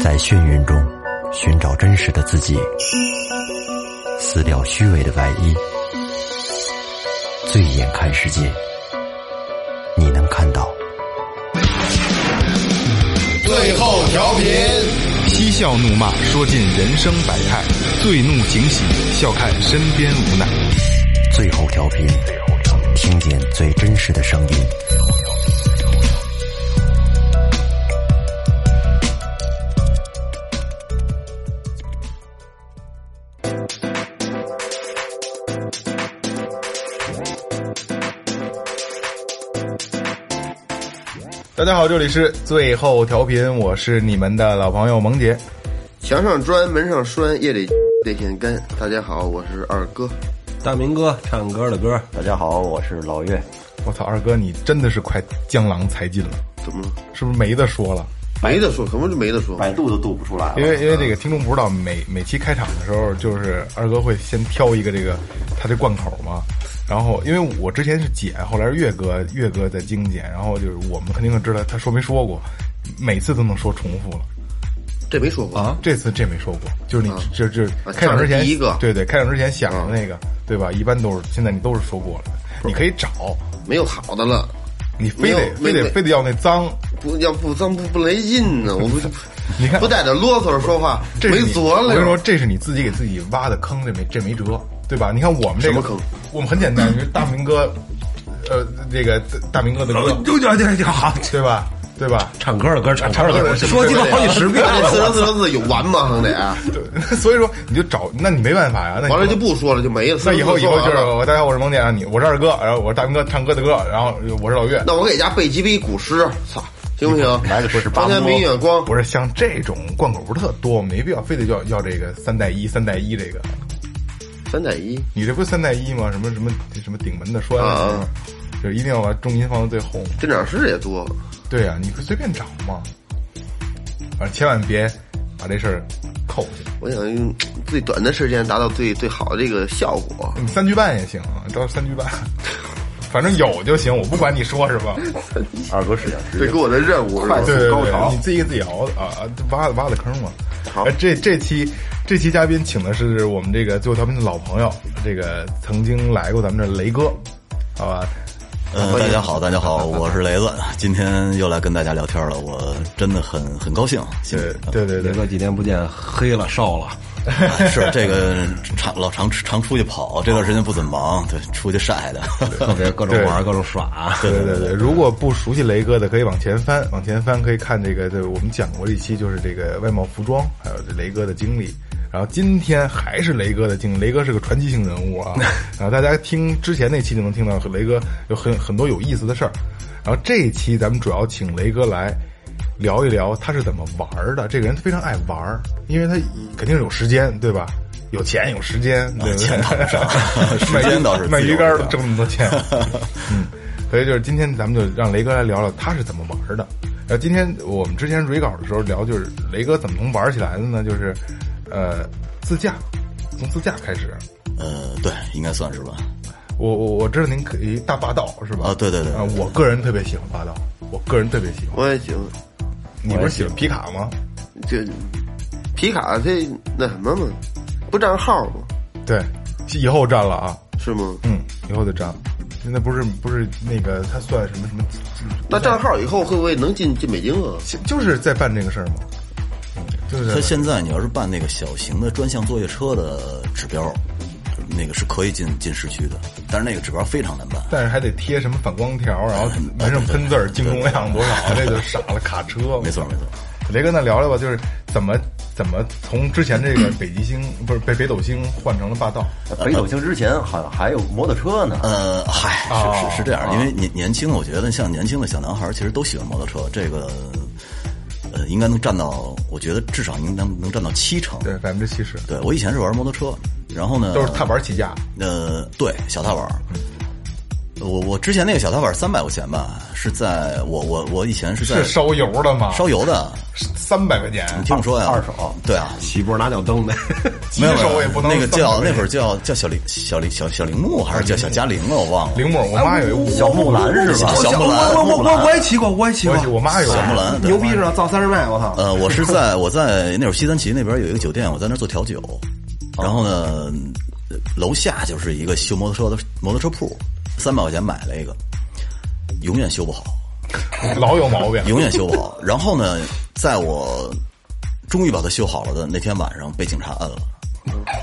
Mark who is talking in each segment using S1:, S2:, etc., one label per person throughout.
S1: 在眩晕中寻找真实的自己，撕掉虚伪的外衣，醉眼看世界，你能看到。
S2: 最后调频，
S3: 嬉笑怒骂，说尽人生百态；醉怒惊喜，笑看身边无奈。
S1: 最后调频，听见最真实的声音。
S3: 大家好，这里是最后调频，我是你们的老朋友萌姐。
S4: 墙上砖，门上栓，夜里 泪线干。大家好，我是二哥。
S5: 大明哥唱歌的歌，
S6: 大家好，我是老岳。
S3: 我操，二哥，你真的是快江郎才尽了，
S4: 怎么了？
S3: 是不是没得说了？
S4: 没得说，什么就没得说。
S3: 哎
S6: 百度都读不出来
S3: 因
S6: 了，
S3: 为因为这个听众不知道，每每期开场的时候，就是二哥会先挑一个这个他这贯口嘛。然后，因为我之前是姐，后来是岳哥，岳哥在精简，然后就是我们肯定知道他说没说过，每次都能说重复了。
S4: 这没说过啊？
S3: 这次这没说过，就是你
S4: 啊
S3: 这这
S4: 啊
S3: 开场之前
S4: 上第一个嗯
S3: 对对，开场之前想的那个，对吧？一般都是现在你都是说过了，你可以找，
S4: 没有好的了，
S3: 你非得非
S4: 没有
S3: 得
S4: 没
S3: 非得要那脏，
S4: 不要不咱不不来劲呢。我不，
S3: 你看
S4: 不带点啰嗦说话，
S3: 这
S4: 没
S3: 是你
S4: 辙了。
S3: 我跟你说，，这是你自己给自己挖的坑，这没这没辙，对吧？你看我们这个
S4: 什么坑？
S3: 我们很简单，就是大明哥，呃，这个大明哥的歌，
S5: 就就就就好，
S3: 对吧？对吧？
S5: 唱歌的歌，唱歌的歌，
S3: 是
S5: 说鸡巴好几十遍
S4: 这
S5: 了。
S4: 哎四声四声字有完吗？还得啊
S3: 对，所以说你就 找，那你没办法呀。那你
S4: 完了就不说了，就没了。
S3: 哎那以后以
S4: 说
S3: 后
S4: 完
S3: 就是
S4: 了
S3: 我大家好，我是萌姐，啊，你我是二哥，然后我是大明哥唱歌的歌，然后我是老岳，
S4: 那我给家背几笔古诗，操，行不行？
S6: 来个十八摸
S4: 当年明月光，
S3: 不是像这种贯口不是特多，没必要非得要要这个三带一三带一这个。
S4: 三点一，
S3: 你这不是三带一吗？什么什么什么顶门的栓
S4: 啊
S3: 啊，就一定要把重音放到最后。
S4: 这点诗也多。
S3: 对啊，你可以随便找嘛，反正千万别把这事儿扣下。
S4: 我想用最短的时间达到最最好的这个效果。
S3: 你嗯三句半也行啊，招三句半， 反正有就行，我不管你说是吧？
S6: 二哥是想直
S4: 这
S6: 接
S4: 给我的任务是吧
S6: 快速
S3: 对对
S6: 高
S3: 对，
S6: 潮
S3: 你自己自己熬的啊，啊挖挖的坑嘛。
S4: 好
S3: 呃这这期这期嘉宾请的是我们这个最后调频的老朋友，这个曾经来过咱们这儿雷哥，好吧？
S7: 嗯，大家好，大家好，我是雷子，今天又来跟大家聊天了，我真的很很高兴。心里
S3: 对对对
S5: 雷
S3: 对，
S5: 哥几天不见，黑 了瘦了，
S7: 啊是这个常老常常出去跑，这段时间不怎么忙，对，出去晒的。
S5: 特别各种玩，各种耍。 啊
S3: 对对对 对，如果不熟悉雷哥的，可以往前翻，往前翻可以看这个，对我们讲过一期，就是这个外贸服装，还有这雷哥的经历。然后今天还是雷哥的经历，雷哥是个传奇性人物 啊！然后大家听之前那期就能听到雷哥有很很多有意思的事儿。然后这一期咱们主要请雷哥来聊一聊他是怎么玩儿的。这个人非常爱玩儿，因为他肯定是有时间，对吧？有钱有时间，对不对？
S7: 钱谈不上
S3: 卖
S7: 时间倒是
S3: 卖
S7: 自由
S3: 鱼竿儿都
S7: 一点
S3: 挣那么多 钱。嗯，所以就是今天咱们就让雷哥来聊聊他是怎么玩的。然后今天我们之前蕊稿的时候聊，就是雷哥怎么从玩起来的呢？就是呃自驾，从自驾开始。
S7: 呃，对，应该算是吧。
S3: 我我我知道您可以大霸道是吧？
S7: 啊对对对
S3: 啊，我个人特别喜欢霸道，我个人特别喜欢。
S4: 我也行，
S3: 你不是喜欢皮卡吗？
S4: 这皮卡它那什么嘛，不占号吗？
S3: 对，以后占了啊，
S4: 是吗？
S3: 嗯，以后就占了。现在不是不是那个他算什么什么，
S4: 那占号以后会不会能进进北京啊？
S3: 就是在办这个事儿吗？嗯就是在
S7: 他
S3: 办
S7: 现在你要是办那个小型的专项作业车的指标，那个是可以进进市区的，但是那个指标非常难办。
S3: 但是还得贴什么反光条，然后门上喷字儿，净重量多 少，这就傻了。卡车，
S7: 没错没错。
S3: 雷哥，那聊聊吧，就是怎么怎么从之前这个北极星不是北北斗星换成了霸道，
S6: 北斗星之前好像还有摩托车呢，
S7: 呃，嗨，是
S3: 哦
S7: 是是这样，因为年年轻的，我觉得像年轻的小男孩儿，其实都喜欢摩托车，这个呃，应该能占到，我觉得至少应当能占到七成。
S3: 对，百分之七十
S7: 对，我以前是玩摩托车，然后呢，
S3: 都是踏板起价，
S7: 呃，对，小踏板儿。我我之前那个小踏板三百块钱吧，是在我我我以前是在
S3: 是烧啊油的吗？
S7: 烧油的，
S3: 三百块钱，
S7: 你听我说呀，
S6: 二手
S7: 对啊，
S5: 起波拿脚蹬呗，
S3: 几
S7: 没有没
S3: 手
S7: 有
S3: 也不能
S7: 那个叫那会
S3: 儿
S7: 儿叫叫小铃小铃小小铃木还是叫小嘉铃了，我忘了。
S3: 铃木，我妈有一屋，
S6: 小木兰是吧？
S7: 小木哎兰
S5: 我我我我也骑过，我也骑过
S3: 我，我妈有一屋
S7: 小木兰对
S5: 牛逼是吧？造三十迈，我操！
S7: 呃，我是在我在那会儿西三旗那边有一个酒店，我在那儿做调酒，然后呢，楼下就是一个修摩托车的摩托车铺，三百块钱买了一个，永远修不好，
S3: 老有毛病，
S7: 永远修不好。然后呢，在我终于把它修好了的那天晚上，被警察摁了。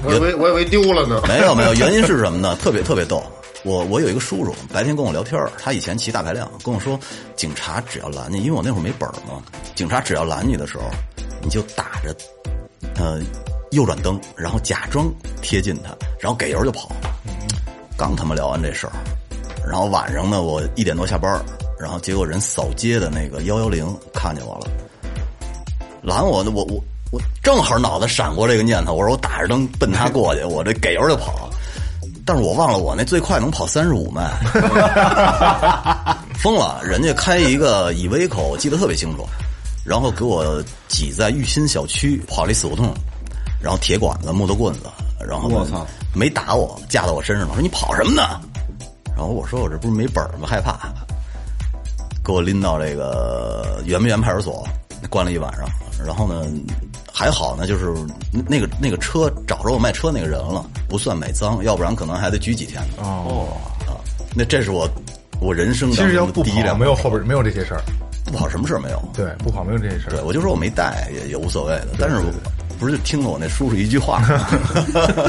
S4: 我以为我以为丢了呢。
S7: 没有没有，原因是什么呢？ 特别特别逗。我我有一个叔叔，白天跟我聊天儿他以前骑大排量，跟我说，警察只要拦你，因为我那会儿没本儿嘛，警察只要拦你的时候，你就打着呃右转灯，然后假装贴近他，然后给油就跑。刚他妈聊完这事儿，然后晚上呢，我一点多下班儿，然后结果人扫街的那个幺幺零看见我了，拦我呢，我我我正好脑子闪过这个念头，我说我打着灯奔他过去，我这给油就跑，但是我忘了我那最快能跑三十五迈， 疯了，人家开一个以威口，我记得特别清楚，然后给我挤在玉新小区跑了一死胡同，然后铁管子、木头棍子，然后
S5: 我操
S7: 没打我，架到我身上了，说你跑什么呢？然后我说我这不是没本儿吗？害怕，给我拎到这个圆明园派出所关了一晚上。然后呢，还好呢，就是那个那个车找着我卖车那个人了，不算买赃，要不然可能还得拘几天呢。
S3: 哦，
S7: 啊，那这是我我人生
S3: 其
S7: 当
S3: 实要
S7: 中
S3: 不
S7: 的第一
S3: 跑，
S7: 辆
S3: 没有后边没有这些事儿，
S7: 不跑什么事儿没有。
S3: 对，不跑没有这些事
S7: 对，
S3: 儿，
S7: 我就说我没带也也无所谓的，但是我不是就听了我那叔叔一 句话吗，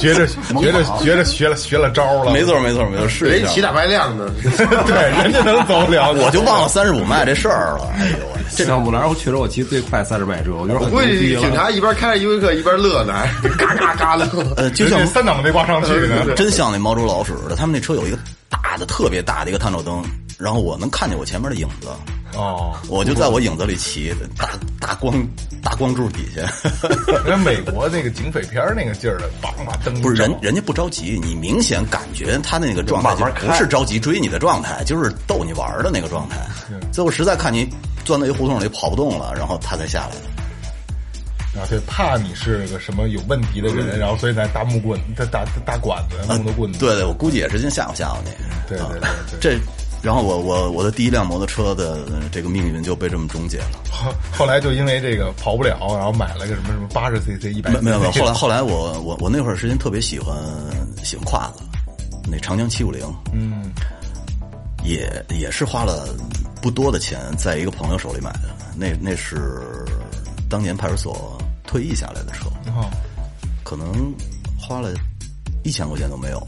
S3: 觉着觉着觉着学了学了招了，
S7: 没错没错没错，是一
S4: 人
S7: 下
S4: 骑大排量 呢，
S3: 对，人家能走了，
S7: 我就忘了三十五迈这事儿了。哎呦，我
S5: 这小木兰，我确实我骑最快三十迈车，我觉得
S4: 我
S5: 很
S4: 估
S5: 牛
S4: 计
S5: 逼
S4: 警
S5: 了。
S4: 察一边开着依维柯一边乐呢，哎 嘎嘎嘎乐。
S7: 呃，就
S3: 人
S7: 像
S3: 家三档没挂上去 呢，
S7: 真像那猫捉老鼠似的，他们那车有一个大的、特别大的一个探照灯，然后我能看见我前面的影子，
S3: 哦。
S7: 我就在我影子里骑，大大光大光柱底下，
S3: 人美国那个警匪片儿那个劲儿的，梆梆蹬一
S7: 不是人
S3: 照
S7: 人家不着急，你明显感觉他那个状态就不是着急追你的状态，就是逗你玩儿的那个状态。最后实在看你钻到一胡同里跑不动了，然后他才下来的。
S3: 啊，对，怕你是个什么有问题的人，然后所以咱大木棍、大大大管子、木头棍子，
S7: 嗯呃对对，我估计也是先吓唬吓唬你。
S3: 对对对
S7: 啊
S3: 对
S7: 这。然后我我我的第一辆摩托车的这个命运就被这么终结了。
S3: 后 后来就因为这个跑不了，然后买了个什么什么八十 cc、一百，
S7: 没没有没 有，后来后来我我我那会儿时间特别喜欢喜欢胯子，那长江七五零，
S3: 嗯，
S7: 也也是花了不多的钱，在一个朋友手里买的，那那是当年派出所退役下来的车，
S3: 哦，
S7: 可能花了一千块钱都没有，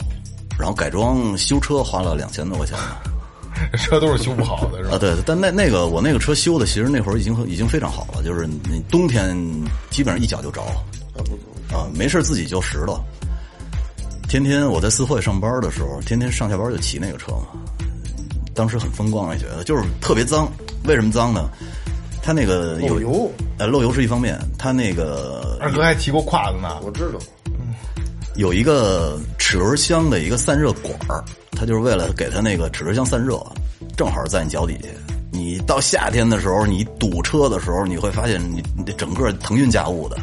S7: 然后改装修车花了两千多块钱吧。
S3: 车都是修不好的是
S7: 啊，
S3: 吧？
S7: 对，但那那个我那个车修的，其实那会儿已经很已经非常好了，就是你冬天基本上一脚就着了，啊，没事儿自己就拾了。天天我在四惠上班的时候，天天上下班就骑那个车嘛，当时很风光，也觉得就是特别脏。为什么脏呢？它那个有
S4: 漏油，
S7: 呃，漏油是一方面，它那个
S3: 二哥还骑过胯子呢，
S4: 我知道，
S7: 有一个齿轮箱的一个散热管儿，它就是为了给它那个齿轮箱散热，正好在你脚底下。你到夏天的时候，你堵车的时候，你会发现你你这整个腾云驾雾的，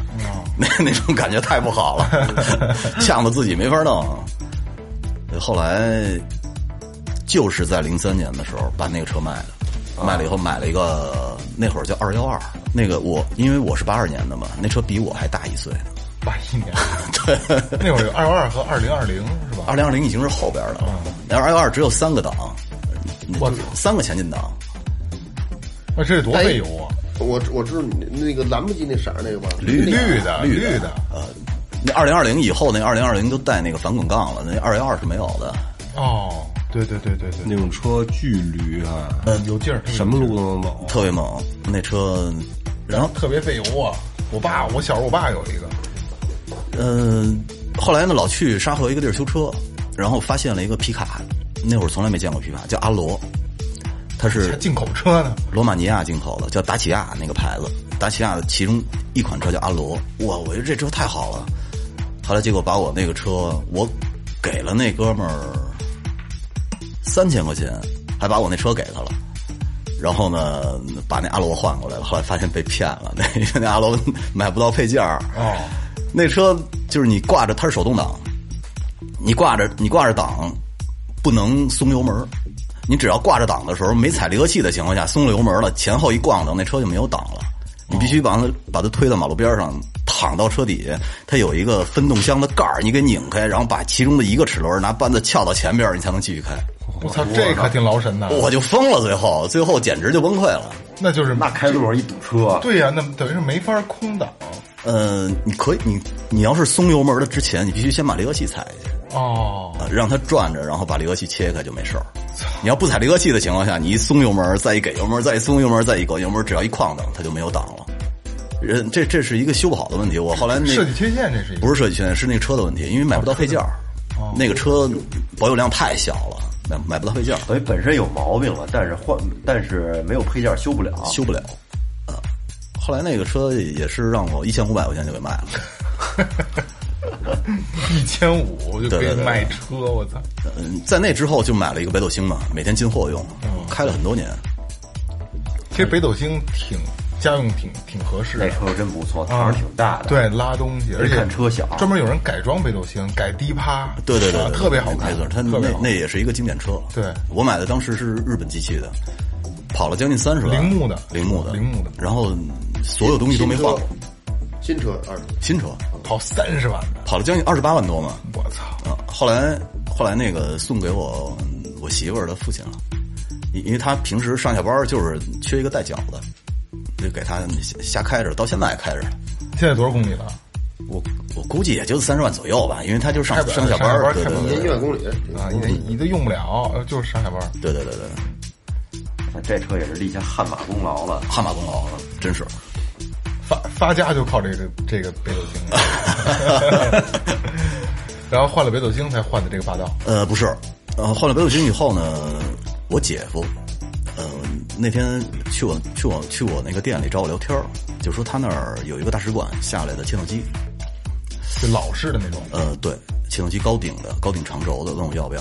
S7: 那那种感觉太不好了，呛得自己没法弄。后来就是在零三年的时候把那个车卖了，卖了以后买了一个那会儿叫二幺二，那个我因为我是八二年的嘛，那车比我还大一岁呢。
S3: 八一 年，对，那会儿有二幺二和二零二零是吧？
S7: 二零二零已经是后边的了，然后二幺二只有三个档，
S3: 我
S7: 三个前进档，
S3: 那这得多费油啊！
S4: 我我知道你那个兰博基那色儿那个吧，
S7: 绿
S3: 绿的
S7: 绿
S3: 绿
S7: 的
S3: 的，
S7: 呃，那二零二零以后那二零二零都带那个反滚杠了，那二幺二是没有的。
S3: 哦，对对对对
S5: 那
S3: 对，
S5: 种车巨驴啊，
S3: 有劲儿，
S5: 什么路都能走。
S7: 特别猛，那车，然后
S3: 特别费油啊！我爸，
S7: 嗯
S3: 我小时候我爸有一个，
S7: 呃，后来呢老去沙河一个地儿修车，然后发现了一个皮卡，那会儿从来没见过皮卡，叫阿罗，它
S3: 还
S7: 是
S3: 进口车呢，
S7: 罗马尼亚进口的，叫达起亚那个牌子。达起亚的其中一款车叫阿罗，哇，我觉得这车太好了。后来结果把我那个车，我给了那哥们儿三千块钱，还把我那车给他了。然后呢，把那阿罗换过来了。后来发现被骗了，那那阿罗买不到配件儿。哦，那车就是你挂着，它是手动挡，你挂着你挂着档，不能松油门儿。你只要挂着档的时候没踩离合器的情况下松了油门了，前后一逛荡，那车就没有档了。你必须把它把它推到马路边上，躺到车底下，它有一个分动箱的盖儿，你给拧开，然后把其中的一个齿轮拿扳子撬到前边儿，你才能继续开。
S3: 我操，这可挺劳神的。
S7: 我就疯了，最后最后简直就崩溃了。
S3: 那就是
S6: 那开路上一堵车，啊
S3: 对呀、那等于是没法空挡。
S7: 呃，你可以，你你要是松油门的之前，你必须先把离合器踩下去。
S3: 哦，
S7: 啊，让它转着，然后把离合器切开就没事儿。你要不踩离合器的情况下，你一松油门，再一给油门，再一松油门，再一给油门，只要一哐当，它就没有档了。人这这是一个修不好的问题。我后来那
S3: 设计缺陷这是一个
S7: 不是设计缺陷，是那个车的问题，因为买不到配件儿，
S3: 哦
S7: 那个车保有量太小了，买买不到配件儿，
S6: 等于本身有毛病了，但是换但是没有配件修不了，
S7: 修不了。啊，后来那个车也是让我一千五百块钱就给卖了。
S3: 一千五就可
S7: 对对
S3: 以
S7: 对
S3: 卖车，我操！
S7: 嗯，在那之后就买了一个北斗星嘛，每天进货用，
S3: 嗯
S7: 开了很多年。
S3: 其实北斗星挺家用挺挺合适
S6: 那
S3: 的。啊
S6: 车真不错，堂挺大的，，
S3: 对，拉东西，而且
S6: 看车小
S3: 专门有人改装北斗星，改低趴，
S7: 对对对，
S3: 啊
S7: 对
S3: 特别好看，
S7: 没错，它
S3: 特
S7: 那
S3: 别好
S7: 那
S3: 看。
S7: 也是一个经典车。
S3: 对
S7: 我买的当时是日本机器的，跑了将近三十万，
S3: 铃木的
S7: 铃木的，
S3: 铃木的
S7: 然后所有东西都没换过，
S4: 新车二手，
S7: 新车
S3: 跑三十万的，
S7: 跑了将近二十八万多嘛。
S3: 我操！
S7: 啊，后来后来那个送给我嗯我媳妇儿的父亲了，因因为他平时上下班就是缺一个带脚的，就给他瞎瞎开着，到现在还开着。
S3: 现在多少公里了？
S7: 我我估计也就三十万左右吧，因为他就上
S3: 开不了
S7: 上下
S3: 上下班
S7: 对
S3: 开
S7: 对
S3: 不了
S7: 对
S4: 一
S7: 对
S4: 万公里
S3: 啊，你你都用不了，呃就是上下班。
S7: 对对对对，
S6: 这车也是立下汗马功劳了。
S7: 汗马功劳了，真是。
S3: 发发家就靠这个这个北斗星，然后换了北斗星才换的这个霸道。
S7: 呃，不是，呃，换了北斗星以后呢，我姐夫，呃，那天去我去我去我那个店里找我聊天儿就说他那儿有一个大使馆下来的切诺基，
S3: 就老式的那种，
S7: 呃，对，切诺基高顶的高顶长轴的，问我要不要。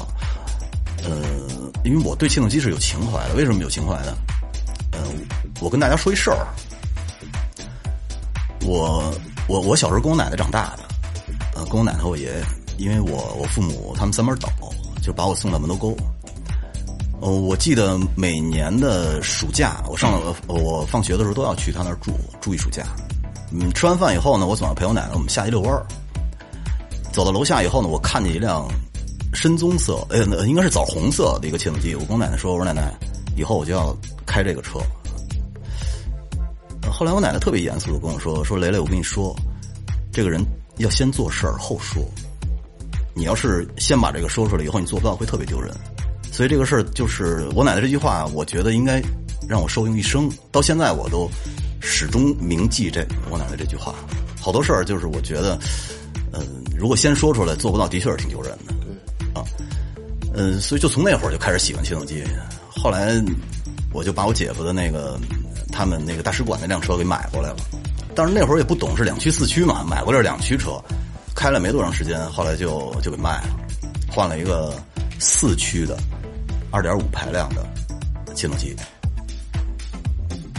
S7: 呃，因为我对切诺基是有情怀的，为什么有情怀呢？呃，我跟大家说一事儿，我我我小时候跟我奶奶长大的，呃，跟我奶奶和我爷爷，因为我我父母他们三门倒，就把我送到门头沟。呃，我记得每年的暑假，我上了我放学的时候都要去他那儿住住一暑假。嗯，吃完饭以后呢，我总要陪我奶奶，我们下去遛弯儿。走到楼下以后呢，我看见一辆深棕色，呃，那应该是枣红色的一个切诺基。我跟我奶奶说：“我说奶奶，以后我就要开这个车。”呃后来我奶奶特别严肃的跟我说：“说雷雷，我跟你说，这个人要先做事儿后说。你要是先把这个说出来以后，你做不到会特别丢人。所以这个事儿就是我奶奶这句话，我觉得应该让我受用一生。到现在我都始终铭记这我奶奶这句话。好多事儿就是我觉得，呃，如果先说出来做不到，的确是挺丢人的。啊，嗯，所以就从那会儿就开始喜欢切诺基。后来我就把我姐夫的那个他们那个大使馆那辆车给买过来了，但是那会儿也不懂是两驱四驱嘛，买过来是两驱车，开了没多长时间，后来就就给卖了，换了一个四驱的二点五排量的切诺基。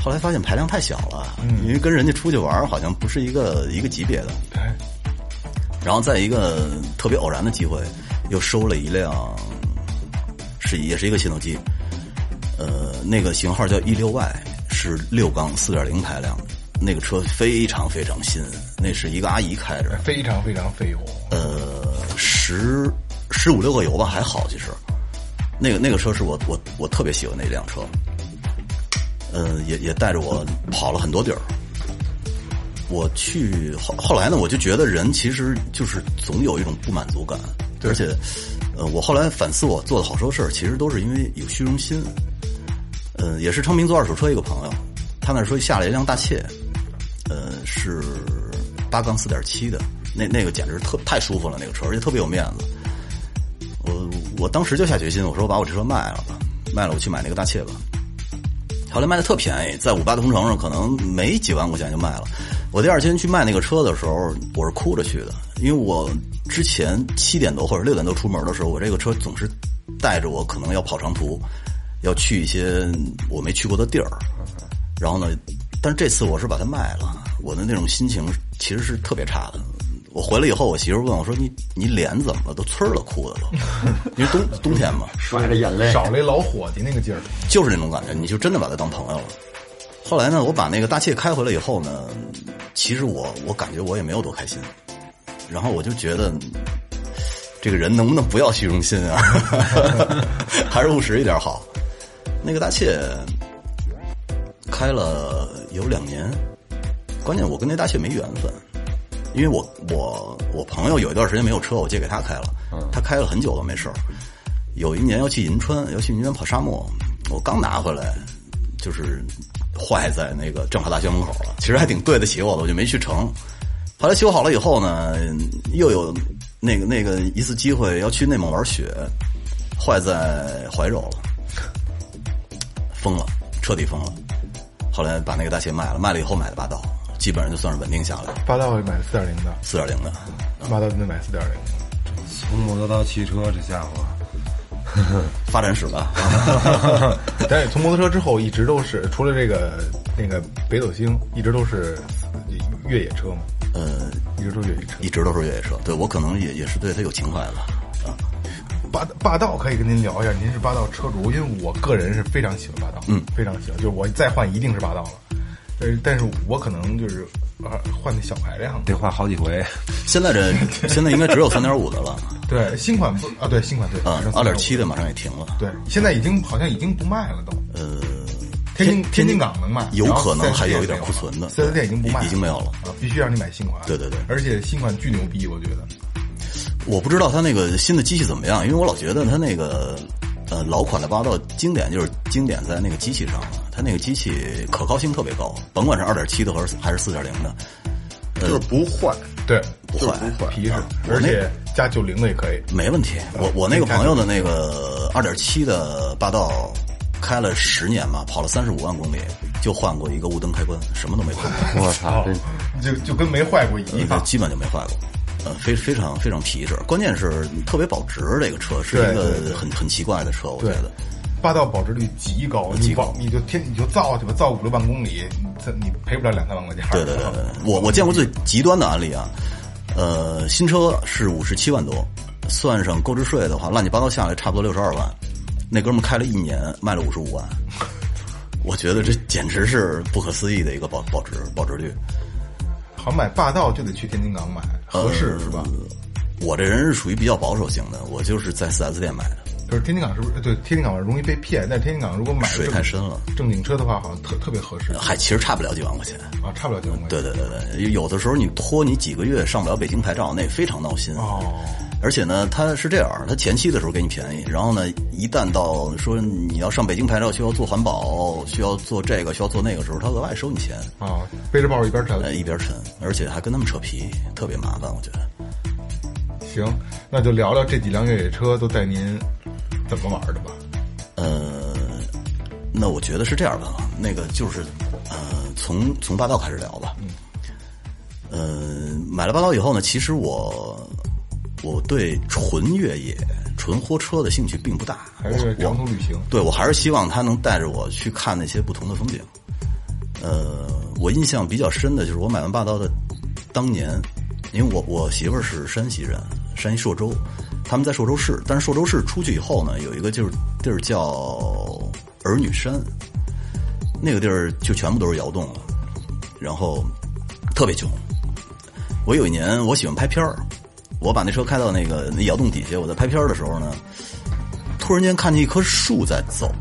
S7: 后来发现排量太小了，因为跟人家出去玩儿好像不是一个一个级别的。
S3: 哎，
S7: 然后在一个特别偶然的机会，又收了一辆，是也是一个新诺基，呃，那个型号叫 E 六 Y，是六缸四点零排量的，那个车非常非常新，那是一个阿姨开着，
S3: 非常非常费油。
S7: 呃，十十五六个油吧，还好其实。那个那个车是我我我特别喜欢的一辆车，呃，也也带着我跑了很多地儿。我去后后来呢，我就觉得人其实就是总有一种不满足感，而且，呃，我后来反思我做的好多事儿，其实都是因为有虚荣心。呃，也是昌平做二手车一个朋友，他那儿说下了一辆大切，呃，是八缸四点七的，那那个简直特太舒服了，那个车，而且特别有面子。我我当时就下决心，我说我把我这车卖了吧，卖了我去买那个大切吧。后来卖的特便宜，在五八同城上可能没几万块钱就卖了。我第二天去卖那个车的时候，我是哭着去的，因为我之前七点多或者六点多出门的时候，我这个车总是带着我可能要跑长途，要去一些我没去过的地儿。然后呢，但是这次我是把它卖了，我的那种心情其实是特别差的。我回来以后，我媳妇问我说：“你你脸怎么了？都呲儿了，哭的都，因为冬冬天嘛，
S6: 甩着眼泪，
S3: 少了一老伙计那个劲儿，
S7: 就是那种感觉，你就真的把他当朋友了。后来呢，我把那个大切开回来以后呢，其实我我感觉我也没有多开心，然后我就觉得这个人能不能不要虚荣心啊， 还是务实一点好。那个大切开了有两年，关键我跟那大切没缘分，因为我我我朋友有一段时间没有车，我借给他开了，他开了很久了没事儿。有一年要去银川，要去银川跑沙漠，我刚拿回来，就是坏在那个政法大学门口了。其实还挺对得起我的，我就没去成。后来修好了以后呢，又有那个那个一次机会要去内蒙玩雪，坏在怀柔了，疯了，彻底疯了。后来把那个大鞋卖了，卖了以后买的霸道，基本上就算是稳定下来，
S3: 霸道买的四点零的，
S7: 四点零的。
S3: 霸道得买四点零。
S5: 从摩托到汽车，这家伙
S7: 发展史吧，
S3: 但是从摩托车之后，一直都是除了这个那个北斗星，一直都是越野车嘛，
S7: 呃，
S3: 一直都越野车。
S7: 一直都是越野车，对我可能也也是对它有情怀吧，啊，
S3: 霸霸道可以跟您聊一下，您是霸道车主，因为我个人是非常喜欢霸道，
S7: 嗯
S3: 非常喜欢，就是我再换一定是霸道了，但是但是我可能就是啊换那小排量，
S5: 得换好几回。
S7: 现在这 现在应该只有三点五的了，
S3: 对新款不啊对新款对
S7: 啊，二点七的马上也停了，
S3: 对，现在已经好像已经不卖了都，
S7: 呃，
S3: 天津天津港能卖，
S7: 有
S3: 然后
S7: 可能
S3: 4S
S7: 还有一
S3: 店
S7: 点库存的
S3: 四 S 店已经不卖了，
S7: 已经没有了
S3: 啊，必须让你买新款，
S7: 对对对
S3: 而且新款巨牛逼，我觉得
S7: 我不知道它那个新的机器怎么样，因为我老觉得它那个呃老款的霸道经典就是经典在那个机器上了，它那个机器可靠性特别高，甭管是二点七的还是还是四点零的，
S4: 就是不坏，
S3: 对
S7: 不
S4: 就是
S7: 坏。
S4: 不坏。
S3: 皮实，
S7: 那
S3: 而且加九零的也可以，
S7: 没问题，我我那个朋友的那个二点七的霸道，开了十年嘛，跑了三十五万公里，就换过一个雾灯开关，什么都没换过。
S6: 我操，真
S3: 啊就就跟没坏过一
S7: 呃
S3: 样。
S7: 基本就没坏过。呃，非非常非常皮实，关键是特别保值。这个车是
S3: 对
S7: 一
S3: 对对
S7: 个很很奇怪的车，我觉
S3: 对
S7: 得。
S3: 霸道保值率极高，你
S7: 极高
S3: 保你就天你就造去吧，造五六万公里，你这你赔不了两三万块钱。
S7: 对对对对，我我见过最极端的案例啊，呃，新车是五十七万多，算上购置税的话，乱七八糟下来差不多六十二万。那哥们儿开了一年，卖了五十五万，我觉得这简直是不可思议的一个保保值保值率。
S3: 好像买霸道就得去天津港买，合适是吧？
S7: 呃我这人是属于比较保守型的，我就是在四 S 店买的，
S3: 就是天津港是不是？对，天津港容易被骗，但是天津港如果买
S7: 水
S3: 正
S7: 太深了
S3: 正经车的话，好像特特别合适
S7: 还其实差不了几万块钱。
S3: 啊，差不了几万块钱。
S7: 对对对对，有的时候你拖你几个月上不了北京牌照，那也非常闹心。
S3: 哦，
S7: 而且呢，它是这样，它前期的时候给你便宜，然后呢，一旦到说你要上北京牌照，需要做环保，需要做这个，需要做那个时候，它额外收你钱，
S3: 啊，背着包一边沉。
S7: 呃，一边沉，而且还跟他们扯皮，特别麻烦，我觉得。
S3: 行，那就聊聊这几辆越野车都带您怎么玩的吧。
S7: 呃，那我觉得是这样吧，啊那个就是，呃，从从霸道开始聊吧。
S3: 嗯
S7: 呃，买了霸道以后呢，其实我我对纯越野、纯货车的兴趣并不大，
S3: 还是长途旅行，
S7: 对我还是希望他能带着我去看那些不同的风景。呃，我印象比较深的就是我买完霸道的当年，因为我我媳妇儿是山西人，山西朔州，他们在朔州市，但是朔州市出去以后呢，有一个就是地儿叫儿女山，那个地儿就全部都是窑洞了，然后特别穷。我有一年我喜欢拍片儿，我把那车开到那个那窑洞底下，我在拍片儿的时候呢，突然间看见一棵树在走。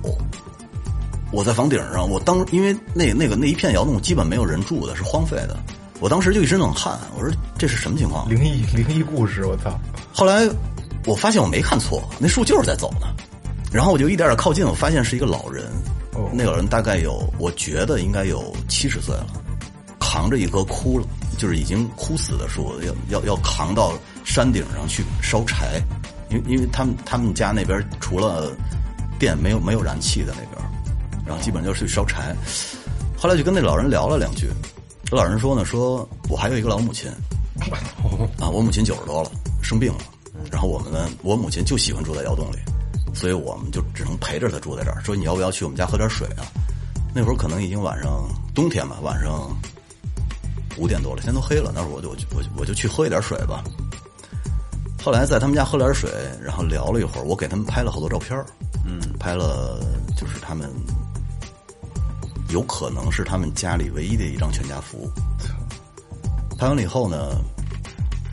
S7: 我在房顶上，我当因为那那个那一片窑洞基本没有人住的，是荒废的。我当时就一身冷汗，我说这是什么情况？
S3: 灵异灵异故事，我操！
S7: 后来我发现我没看错，那树就是在走呢。然后我就一点点靠近，我发现是一个老人，
S3: 哦
S7: 那老人大概有，我觉得应该有七十岁了，扛着一棵枯，就是已经枯死的树，要要要扛到山顶上去烧柴，因为因为他们他们家那边除了电没有没有燃气的那边，然后基本上就是去烧柴。后来就跟那老人聊了两句，老人说呢，说我还有一个老母亲，啊，我母亲九十多了，生病了，然后我们呢，我母亲就喜欢住在窑洞里，所以我们就只能陪着他住在这儿。说你要不要去我们家喝点水啊？那会儿可能已经晚上冬天吧，晚上五点多了，天都黑了。那会儿我就我就我就我就去喝一点水吧。后来在他们家喝了点水，然后聊了一会儿，我给他们拍了好多照片嗯，拍了就是他们有可能是他们家里唯一的一张全家福。拍完了以后呢，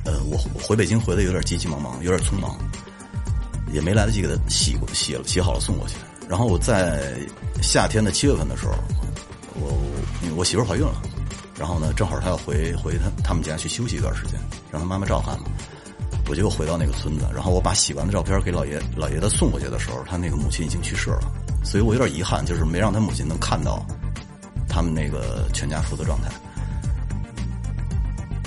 S7: 呃，我我回北京回的有点急急忙忙，有点匆忙，也没来得及给他洗过洗了洗好了送过去。然后我在夏天的七月份的时候，我我媳妇儿怀孕了，然后呢，正好她要回回她他们家去休息一段时间，让她妈妈照看嘛。我就又回到那个村子，然后我把洗完的照片给老爷老爷子送过去的时候，他那个母亲已经去世了，所以我有点遗憾，就是没让他母亲能看到他们那个全家福的状态。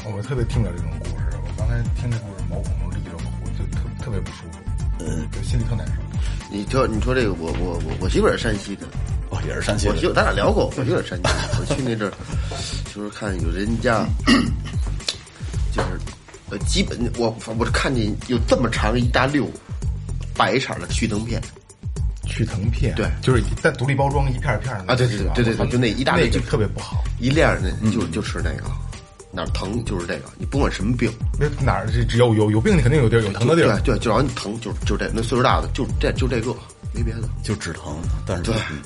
S3: 哦我特别听不了这种故事，我刚才听这故事毛孔都立着，我就特特别不舒服，
S7: 嗯，
S3: 就心里特难受。
S4: 你说你说这个，我我我我媳妇儿也是山西的，
S7: 哦，也是山西
S4: 我媳妇
S7: 的
S4: 儿咱俩聊过，我媳妇儿也是山西 的，我去那阵儿就是看有人家，就是呃，基本我我看见有这么长一大溜白色儿的旭灯片
S3: 去疼片，
S4: 对
S3: 就是但独立包装一片儿一片儿的
S4: 啊对对对
S3: 是吧
S4: 对对对就那一大
S3: 那
S4: 类
S3: 就
S4: 就
S3: 特别不好。
S4: 一亮儿
S3: 嗯
S4: 那就就吃那个，哪儿疼就是这个，你不管什么病，
S3: 那哪儿这只要有有病，你肯定有地儿有疼的地儿。
S4: 对对，就让你疼，就就这，那岁数大的就这就这个，没别的。
S7: 就止疼，但是
S4: 对
S7: 嗯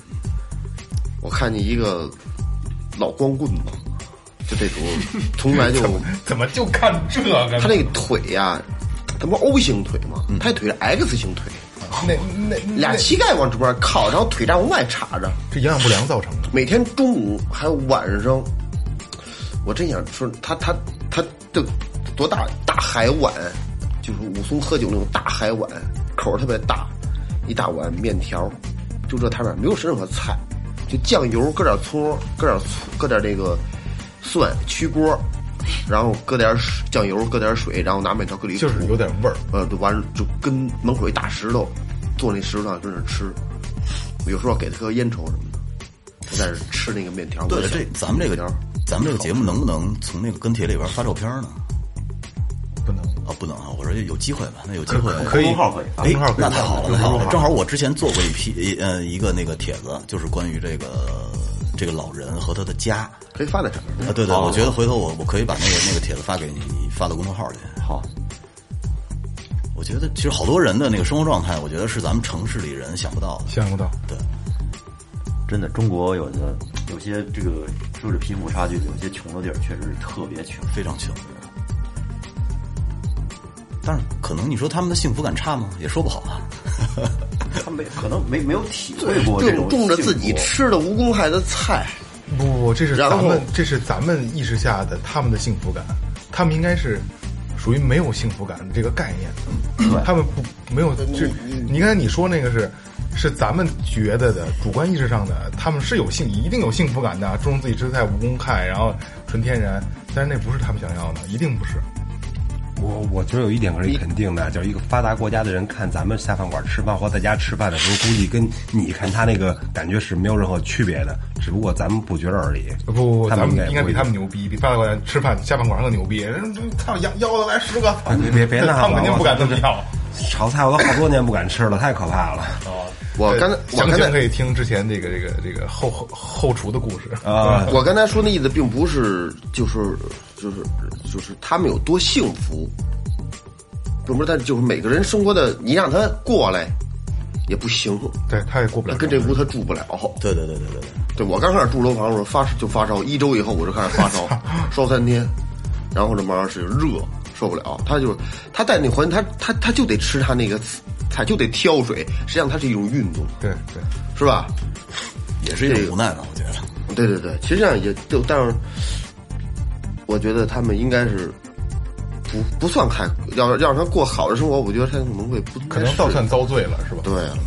S4: 我看见一个老光棍嘛，就这种，从来就
S3: 怎么就看这个呢？
S4: 他那个腿呀、他不 O 型腿嘛，
S3: 嗯
S4: 他腿是 X 型腿，
S3: 那那
S4: 俩
S3: 那
S4: 膝盖往这边靠，然后腿站往外插着，
S3: 这营养不良造成的，
S4: 每天中午还有晚上，我真想说他他他就多大大海碗，就是武松喝酒那种大海碗，口儿特别大，一大碗面条，就这摊面没有任何菜，就酱油搁点葱，搁点醋，搁点那个蒜炝锅，然后搁点水酱油，搁点水，然后拿面条搁里
S3: 就是
S4: 煮
S3: 有点味儿。
S4: 呃，就完了，就跟门口一大石头，坐那石头上跟那儿吃。有时候给他颗烟抽什么的，他在那儿吃那个面条。
S7: 对
S4: 我
S7: 了，
S4: 就想
S7: 这咱们这
S4: 面
S7: 个
S4: 条
S7: 咱们这个节目能不能从那个跟帖里边发照片呢？
S3: 不能，
S7: 啊，不能啊！我说有机会吧，那有机会哎
S3: 可以
S6: 公众号可以啊
S3: 公众号可以
S7: 那太好了，
S3: 公
S7: 那
S3: 众
S7: 太
S3: 号
S7: 好了。正好我之前做过一批呃一个那个帖子，就是关于这个这个老人和他的家
S4: 可以发在上面。
S7: 啊。对
S6: 哦
S7: 对，我觉得回头我我可以把那个那个帖子发给你，你发到公众号去。
S6: 好，
S7: 我觉得其实好多人的那个生活状态，我觉得是咱们城市里人想不到的。
S3: 想不到。
S7: 对，
S6: 真的，中国有的有些这个就是贫富差距，有些穷的地儿确实是特别穷。
S7: 非常穷。但是可能你说他们的幸福感差吗？也说不好 啊。
S6: 他没可能没没有体会过
S4: 这
S6: 种
S4: 种种着
S6: 幸
S4: 自己
S6: 福
S4: 吃的无公害的菜，
S3: 不不不，这是
S4: 然
S3: 咱
S4: 后
S3: 们这是咱们意识下的他们的幸福感，他们应该是属于没有幸福感的这个概念，他们不没有这。你刚才你说那个是是咱们觉得的主观意识上的，他们是有幸一定有幸福感的，注重自己吃的菜无公害，然后纯天然，但是那不是他们想要的，一定不是。
S5: 我我觉得有一点可以肯定的，就是一个发达国家的人看咱们下饭馆吃饭或在家吃饭的时候，估计跟你看他那个感觉是没有任何区别的，只不过咱们不觉得而已。
S3: 不不不，
S5: 他
S3: 咱
S5: 应
S3: 们
S5: 该
S3: 应该
S5: 不
S3: 比
S5: 会
S3: 他们牛逼，比发达国家吃饭下半馆更牛逼。人都操要要的来十个，
S5: 哎别别别闹了
S3: 他们肯定不敢这么要。
S5: 炒菜我都好多年不敢吃了，太可怕了。
S3: 哦
S4: 我刚才我
S3: 详
S4: 刚
S3: 情可
S4: 才
S3: 以听之前这个这个这个后后后厨的故事
S5: 啊
S4: 我刚才说那意思，并不是就是就是就是他们有多幸福，并不是，但是就是每个人生活的，你让他过来也不行，
S3: 对，他也过不
S4: 他
S3: 了。
S4: 跟这屋他住不了。
S7: 对对对对对对，
S4: 对我刚开始住楼房的时候发就发烧，一周以后我就开始发 烧，烧三天，然后这慢慢是热受不了。他就是他在那环境，他他他就得吃他那个菜，就得挑水，实际上它是一种运动，
S3: 对对，
S4: 是吧？
S7: 也是一种无奈吧，我觉得。
S4: 对对对，其实上也就，但是我觉得他们应该是不不算太要要让他过好的生活，我觉得他可能会不
S3: 可能倒算
S4: 算
S3: 遭罪了，是吧？
S4: 对啊，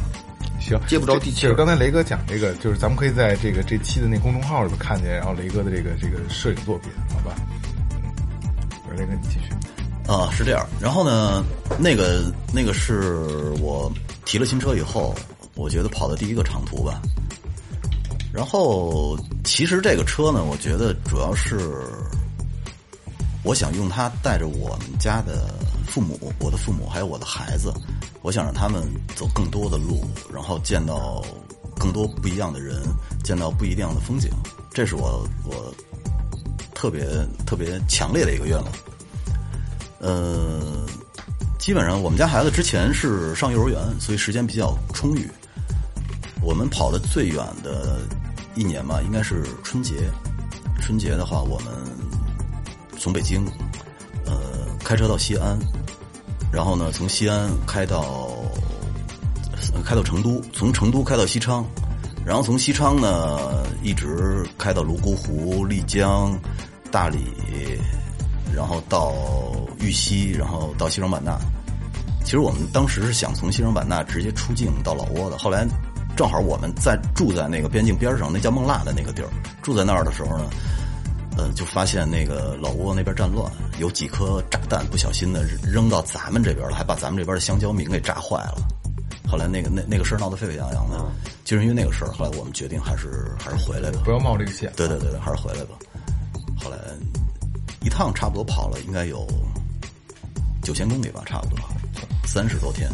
S3: 行，
S4: 接不着地气
S3: 就是刚才雷哥讲这个，就是咱们可以在这个这期的那公众号里边看见，然后雷哥的这个这个摄影作品，好吧？嗯，雷哥你继续。
S7: 啊，是这样。然后呢，那个那个是我提了新车以后，我觉得跑的第一个长途吧。然后其实这个车呢，我觉得主要是我想用它带着我们家的父母、我的父母还有我的孩子，我想让他们走更多的路，然后见到更多不一样的人，见到不一样的风景。这是我我特别特别强烈的一个愿望。呃，基本上我们家孩子之前是上幼儿园，所以时间比较充裕。我们跑的最远的一年吧，应该是春节。春节的话，我们从北京，呃，开车到西安，然后呢，从西安开到呃开到成都，从成都开到西昌，然后从西昌呢一直开到泸沽湖、丽江、大理，然后到玉溪，然后到西双版纳。其实我们当时是想从西双版纳直接出境到老挝的，后来正好我们在住在那个边境边上，那叫孟腊的那个地儿，住在那儿的时候呢，呃，就发现那个老挝那边战乱，有几颗炸弹不小心的扔到咱们这边了，还把咱们这边的香蕉民给炸坏了。后来那个那那个事儿闹得沸沸扬扬的，就是因为那个事儿，后来我们决定还是还是回来吧。
S3: 不要冒这个险。啊
S7: 对对对对，还是回来吧。后来一趟差不多跑了应该有九千公里吧，差不多三十多天。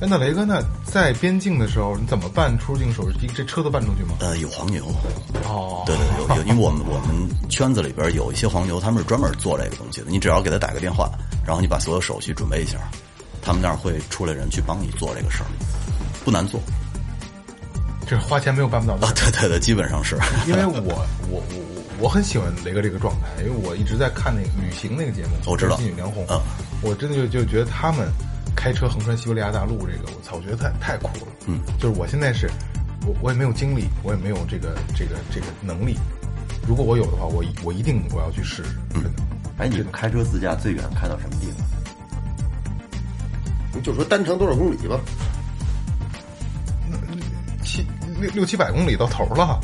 S3: 哎，那雷哥，那在边境的时候你怎么办出境手续？这车都办出去吗？
S7: 呃，有黄牛，
S3: 哦
S7: 对对对，有有，因为我们我们圈子里边有一些黄牛，他们是专门做这个东西的。你只要给他打个电话，然后你把所有手续准备一下，他们那儿会出来人去帮你做这个事儿，不难做
S3: 这花钱没有办不到的
S7: 啊。
S3: 事。
S7: 对对对，基本上是。
S3: 因为我我我我我很喜欢雷哥这个状态，因为我一直在看那个旅行那个节目，
S7: 我知道
S3: 就是金宇梁红，
S7: 嗯
S3: 我真的就就觉得他们开车横穿西伯利亚大陆这个，我操，我觉得太太酷了，
S7: 嗯，
S3: 就是我现在是，我我也没有精力，我也没有这个这个这个能力，如果我有的话，我一我一定我要去试试，真
S7: 嗯
S3: 的，
S6: 哎，你们开车自驾最远开到什么地方？
S4: 你就说单程多少公里吧，
S3: 七六六七百公里到头了，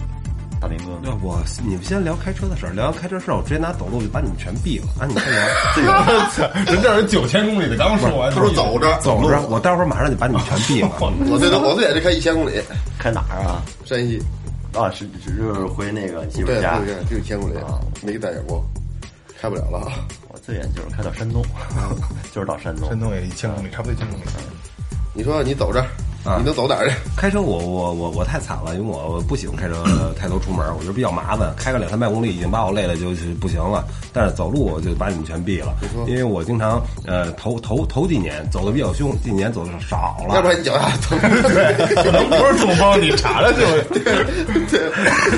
S6: 大明哥呢，
S5: 那我你们先聊开车的事儿，聊完开车事儿，我直接拿走路就把你们全毙了。啊，你先聊，这个
S3: 操， 人这人九千公里的，刚说完，
S4: 他说走着，
S5: 走路，我待会儿马上就把你们全 毙了。
S4: 我最多我最远就开一千公里，
S6: 开哪儿啊？
S4: 山西，
S6: 啊，是是就是回那个媳妇
S4: 对，
S6: 家
S4: 就。是就一千公里
S6: 啊，
S4: 没带过，开不了了啊。
S6: 我最远就是开到山东，就是到山东。
S3: 山东也一千公里，差不多一千公里，
S4: 你说你走这儿，
S6: 啊
S4: 你能走哪儿去？
S5: 开车我我我我太惨了，因为我不喜欢开车太多出门，我觉得比较麻烦，开个两三百公里已经把我累了，就是不行了。但是走路我就把你们全毙了，因为我经常呃头头头几年走的比较凶，近年走的少了。
S4: 要不然你脚丫疼，
S3: 可能不是总包，你查查去吧。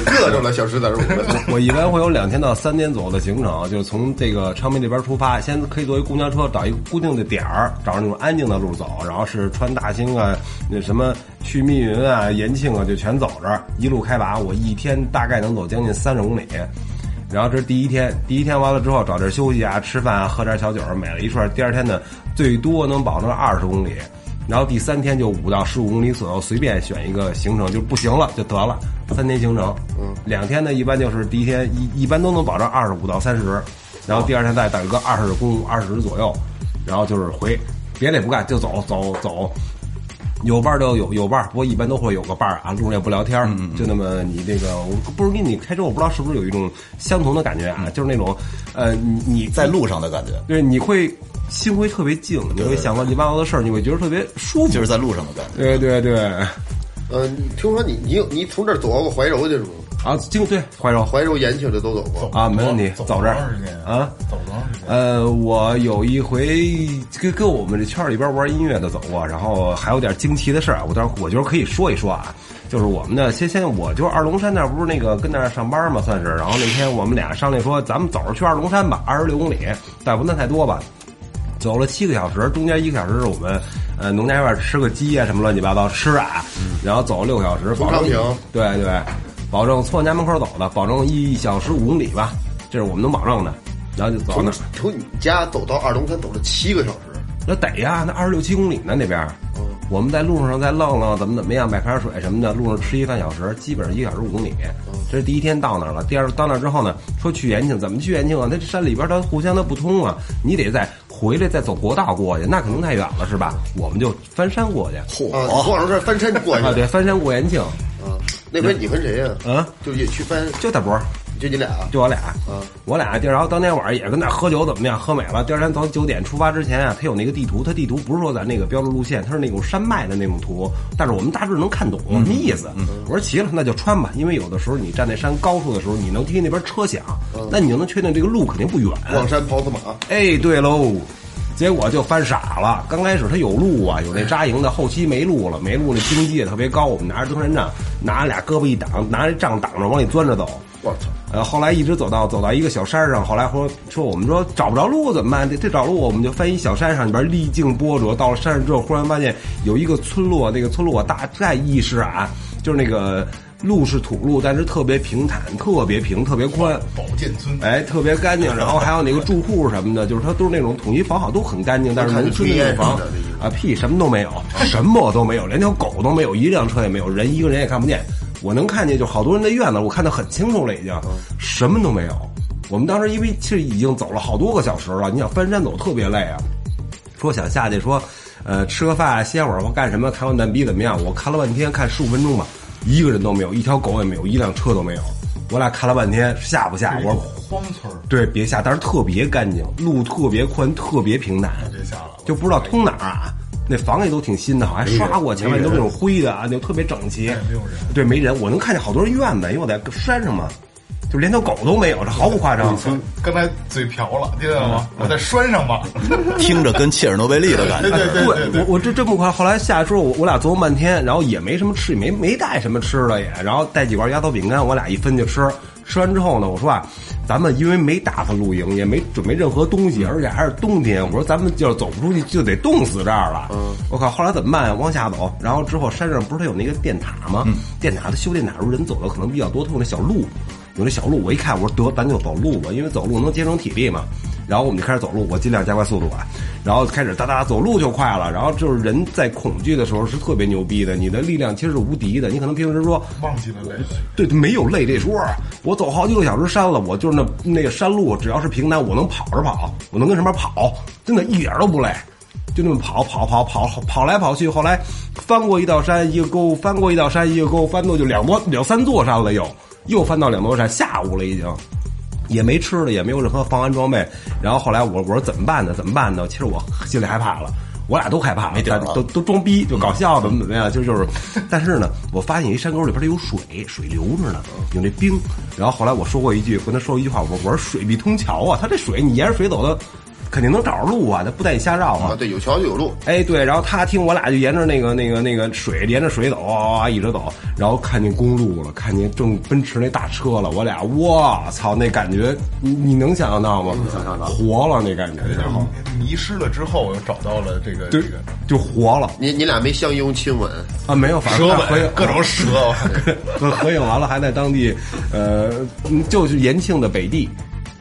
S4: 硌着了，小石子儿，我们
S5: 我一般会有两天到三天左右的行程，就是从这个昌平这边出发，先可以坐一公交车，找一个固定的点儿，找那种安静的路走，然后是穿大兴啊，那什么去密云啊、延庆啊，就全走着，一路开拔。我一天大概能走将近三十公里。然后这是第一天，第一天完了之后找地儿休息啊、吃饭啊、喝点小酒儿，美了一串。第二天呢，最多能保证二十公里。然后第三天就五到十五公里左右，随便选一个行程，就不行了就得了。三天行程，嗯，两天呢，一般就是第一天一一般都能保证二十五到三十，然后第二天再打个二十公二十左右，然后就是回，别的也不干，就走走走。有伴儿就有有伴儿，不过一般都会有个伴儿啊，路上也不聊天儿，就那么你这个，我不是跟你开车，我不知道是不是有一种相同的感觉啊，就是那种，呃，你你
S7: 在路上的感觉，
S5: 对，你会心会特别静，你会想乱七八糟的事儿，你会觉得特别舒服。
S7: 就是在路上的感觉。
S5: 对对对，
S4: 呃，你听说你你有你从这儿走到过怀柔去是吗？
S5: 啊，经对怀柔
S4: 怀柔、延庆这都走过，
S5: 啊，没问题，走这
S3: 多
S5: 儿
S3: 长时间
S5: 啊。
S3: 走多长时间？
S5: 呃，我有一回跟跟我们这圈儿里边玩音乐的走过，然后还有点惊奇的事儿，我当时我觉得可以说一说啊，就是我们呢，先先我就二龙山那儿不是那个跟那儿上班嘛，算是，然后那天我们俩商量说，咱们走着去二龙山吧，二十六公里，但不能太多吧。走了七个小时，中间一个小时是我们呃农家院吃个鸡啊什么乱七八糟吃啊，
S3: 嗯
S5: 然后走了六个小时，保证
S4: 昌平
S5: 对对，保证从我家门口走的，保证一小时五公里吧，这是我们能保证的，然后就走那儿。
S4: 从你家走到二龙山走了七个小时，
S5: 那得呀，那二十六七公里呢那边儿。我们在路上再浪浪，怎么怎么样，买瓶水什么的，路上吃一半小时，基本上一个小时五公里。这是第一天到那儿了。第二到那儿之后呢，说去延庆，怎么去延庆啊？那山里边它互相它不通啊，你得再回来再走国道过去，那可能太远了是吧？我们就翻山过去。啊
S4: 啊，你从二龙山翻山过去
S5: 啊，，对，翻山过延庆，
S4: 啊，那边你跟谁呀？
S5: 啊，
S4: 就也去翻，
S5: 就大伯，
S4: 就你俩啊？
S5: 就我俩，我俩地儿，然后当天晚上也跟那儿喝酒，怎么样？喝美了。第二天早上九点出发之前啊，它有那个地图，它地图不是说咱那个标注路线，它是那种山脉的那种图，但是我们大致能看懂什么意思。我说齐了，那就穿吧，因为有的时候你站在山高处的时候，你能听见那边车响，那你就能确定这个路肯定不远。
S4: 望山跑死马，
S5: 哎，对喽，结果就翻傻了。刚开始他有路啊，有那扎营的，后期没路了，没路那经济也特别高。我们拿着登山杖，拿俩胳膊一挡，拿着杖挡着往里钻着走。
S4: 我操！
S5: 呃，后来一直走到走到一个小山上，后来说说我们说找不着路怎么办？这这找路我们就翻一小山上里边历经波折，到了山上之后，忽然发现有一个村落，那个村落我大概意识啊，就是那个路是土路，但是特别平坦，特别平，特别宽，
S3: 宝剑村，
S5: 哎，特别干净，然后还有那个住户什么的，就是它都是那种统一房好，都很干净，但是农村的那种房啊，屁什么都 没有，什么都没有，连条狗都没有，一辆车也没有，人一个人也看不见。我能看见，就好多人的院子，我看得很清楚了，已经什么都没有。我们当时因为其实已经走了好多个小时了，你想翻山走特别累啊。说想下去说，呃，吃个饭歇会儿或干什么，看看蛋逼怎么样？我看了半天，看十五分钟吧，一个人都没有，一条狗也没有，一辆车都没有。我俩看了半天，下不下？我说
S3: 荒村儿，
S5: 对，别下，但是特别干净，路特别宽，特别平坦，
S3: 哎别下了
S5: 就不知道通哪儿啊。那房也都挺新的，好像还刷过，前面都是那种灰的啊，就特别整齐。
S3: 哎没有人
S5: 对，没人，我能看见好多人院子，因为我在山上嘛，就连条狗都没有，这毫不夸张。
S3: 刚才嘴瓢了，听到
S7: 嗯
S3: 吗？我在拴上吧，
S7: 听着跟切尔诺贝利的感
S3: 对
S7: 觉。
S3: 对对对对
S5: 我我这这么快，后来下去之后，我我俩琢磨半天，然后也没什么吃，也没没带什么吃的也，然后带几罐压缩饼干，我俩一分就吃。吃完之后呢，我说啊，咱们因为没打算露营，也没准备任何东西，而且还是冬天，我说咱们要是走不出去就得冻死这儿了。
S3: 嗯
S5: 我靠，后来怎么办呀？啊往下走，然后之后山上不是它有那个电塔
S3: 嗯
S5: 吗？电塔它修电塔时候人走的可能比较多，它有那小路。有那小路，我一看，我说得，咱就走路吧，因为走路能节省体力嘛。然后我们就开始走路，我尽量加快速度啊，然后开始哒哒走路就快了。然后就是人在恐惧的时候是特别牛逼的，你的力量其实是无敌的。你可能平时说
S3: 忘记了累了。
S5: 对，没有累这说儿。啊我走好几个小时山了，我就是那那个山路，只要是平坦，我能跑着跑，我能跟上面跑，真的一点儿都不累，就那么跑跑跑跑跑来跑去。后来翻过一道山一个沟，翻过一道山一个沟，翻到就两多两三座山了又，又翻到两座山，下午了已经。也没吃的，也没有任何防寒装备。然后后来我我说怎么办呢？怎么办呢？其实我心里害怕了，我俩都害怕了，
S7: 底儿
S5: 咱
S7: 了
S5: 都都装逼，就搞笑，怎么怎么样，就就是。但是呢，我发现一山沟里边它有水，水流着呢，有那冰。然后后来我说过一句，跟他说过一句话，我说我说水必通桥啊，它这水你沿着水走的，肯定能找着路啊，它不带你瞎绕啊
S4: 啊，。对，有桥就有路，
S5: 哎，对，然后他听我俩就沿着那个那个那个水，沿着水走，啊、一直走，然后看见公路了，看见正奔驰那大车了，我俩，我操，那感觉你你能想象到吗？想象到，嗯活了那感觉，然后
S3: 迷失了之后，又找到了这个这
S5: 对
S3: 个，
S5: 就活了
S4: 你你俩没相拥亲吻，
S5: 啊，没有，反正
S3: 舌
S5: 看合影
S3: 吻，各种舌，我
S5: 合合影完了，还在当地，呃，嗯就是延庆的北地，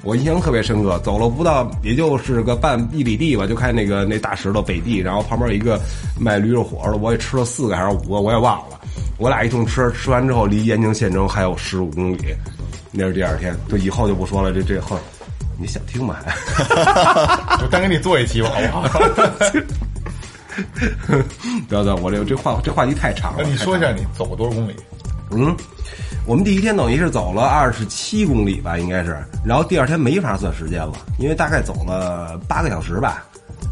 S5: 我印象特别深刻。走了不到，也就是个半一里地吧，就看那个那大石头北地，然后旁边有一个卖驴肉火的，我也吃了四个还是五个，我也忘了。我俩一通吃，吃完之后离延庆县城还有十五公里，那是第二天。就以后就不说了，这这后，你想听吗？
S3: 我单给你做一期吧，好不好？
S5: 不要不要，我这这话这话题太长
S3: 那
S5: 了。
S3: 你
S5: 太
S3: 说一
S5: 长了
S3: 下你走过多少公里？
S5: 嗯，我们第一天等于是走了二十七公里吧，应该是，然后第二天没法算时间了，因为大概走了八个小时吧。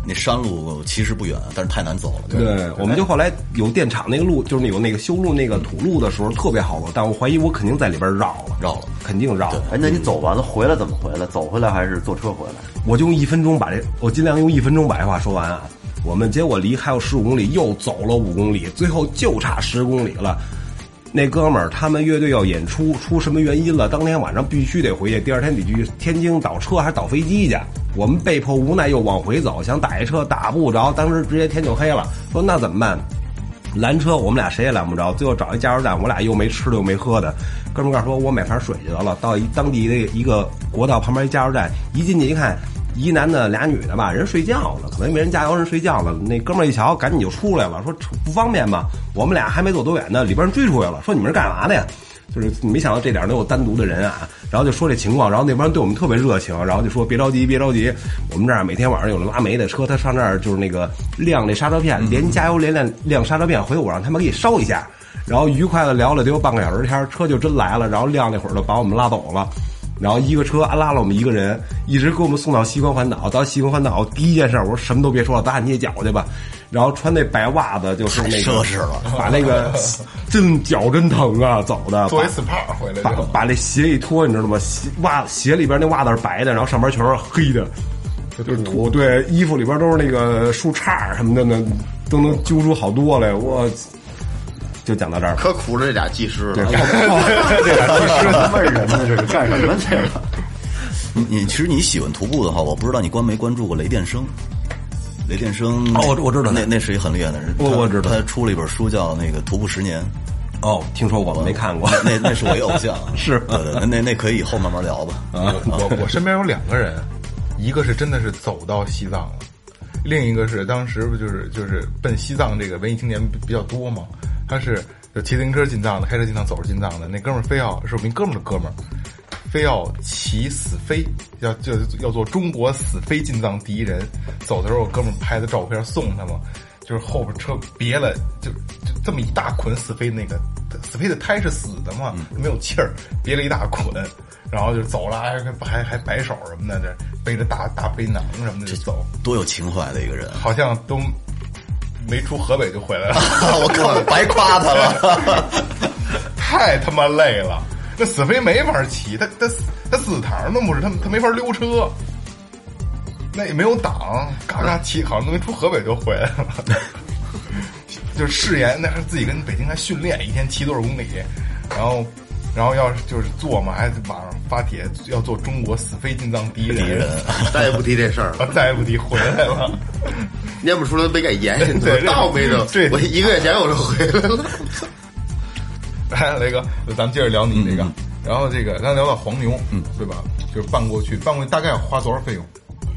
S7: 那山路其实不远，但是太难走了。
S5: 对，我们就后来有电厂那个路，就是有那个修路那个土路的时候特别好走，但我怀疑我肯定在里边绕了，
S7: 绕了
S5: 肯定绕了。
S6: 哎，那你走完了回来怎么回来？走回来还是坐车回来？
S5: 我就用一分钟把这，我尽量用一分钟把这话说完啊。我们结果离还有十五公里，又走了五公里，最后就差十公里了。那哥们儿他们乐队要演出，出什么原因了？当天晚上必须得回去，第二天得去天津倒车还是倒飞机去？我们被迫无奈又往回走，想打一车打不着，当时直接天就黑了。说那怎么办？拦车，我们俩谁也拦不着。最后找一加油站，我俩又没吃的又没喝的。哥们儿告诉说，我买瓶水去得了。到一当地的一个国道旁边一加油站，一进去一看，一男的俩女的吧，人睡觉呢，可能没人加油，人睡觉呢。那哥们儿一瞧，赶紧就出来了，说不方便吧？我们俩还没走多远呢，里边人追出来了，说你们是干嘛的呀？就是没想到这点儿能有单独的人啊，然后就说这情况，然后那帮人对我们特别热情，然后就说别着急，别着急，我们这儿每天晚上有人拉煤的车，他上这儿就是那个晾那刹车片，连加油连晾晾刹车片，回头我让他们给你烧一下，然后愉快的聊了得有半个小时天儿，车就真来了，然后晾那会儿就把我们拉走了。然后一个车拉了我们一个人，一直给我们送到西关环岛。到西关环岛第一件事，我说什么都别说了，咱俩捏脚去吧。然后穿那白袜子， 就是那
S7: 太
S5: 个
S7: 奢侈了，
S5: 把那个真脚真疼啊，走的
S3: 作为
S5: 把
S3: SPA 回来
S5: 把
S3: 就
S5: 把那鞋一脱，你知道吗？鞋袜鞋里边那袜子是白的，然后上边全是黑的，就是土。对，衣服里边都是那个树杈什么的呢，都能揪出好多来。我就讲到这儿吧。
S4: 可苦着这俩技师了。哎
S6: 是他妈人呢，这是干什么去了？
S7: 你你其实你喜欢徒步的话，我不知道你关没关注过雷电生。雷电生那，
S5: 哦我我知道
S7: 那那是一个很厉害的人，
S5: 我
S7: 他
S5: 我知道
S7: 他出了一本书叫《那个徒步 十年》，
S5: 哦，听说过没看过？
S7: 那那是我一偶像，啊
S5: 是啊
S7: 对对那那那可以以后慢慢聊吧。
S3: 我我身边有两个人，一个是真的是走到西藏了，另一个是当时不就是就是奔西藏这个文艺青年比比较多嘛，他是就骑自行车进藏的，开车进藏，走着进藏的。那哥们儿非要是我们一哥们儿的哥们儿，非要骑死飞，要就要做中国死飞进藏第一人。走的时候，我哥们儿拍的照片送他嘛，就是后边车别了，就就这么一大捆死飞那个死飞的胎是死的嘛，没有气儿，别了一大捆，然后就走了，还还还摆手什么的，这背着大大背囊什么的就走，
S7: 多有情怀的一个人，
S3: 好像都没出河北就回来了。
S7: 我靠，白夸他了。
S3: 太他妈累了。那死飞没法骑，他他他死堂都不是，他他没法溜车，那也没有档，嘎嘎骑，好像都没出河北就回来了。 就是誓言，那还自己跟北京还训练，一天骑多少公里，然后然后要是就是做嘛，还网上发帖要做中国死飞进藏第一人，
S7: 第一人
S4: 咱也不提这 事儿了，
S3: 然后 再也不提回来了。
S4: 念不出来没敢言，我倒霉着
S3: 对，
S4: 我一个月前我就回 来了。
S3: 来， 雷哥，咱们接着聊你这个。
S7: 嗯
S3: 然后这个，刚才聊到黄牛，嗯，对吧？就是办过去，办过去大概要花多少费用？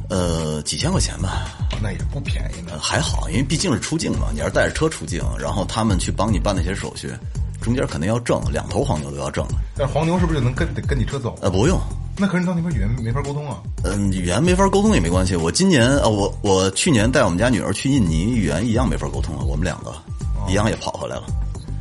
S7: 呃，几千块钱吧，
S3: 那也不便宜
S7: 呃
S3: 呢。
S7: 还好，因为毕竟是出境嘛，你要是带着车出境，然后他们去帮你办那些手续，中间肯定要挣，两头黄牛都要挣。
S3: 但是黄牛是不是就能跟得跟你车走？
S7: 呃，不用，
S3: 那可是你到那边语言没法沟通啊。
S7: 嗯，语言没法沟通也没关系。我今年呃，我我去年带我们家女儿去印尼，语言一样没法沟通了，我们两个
S3: 哦
S7: 一样也跑回来了。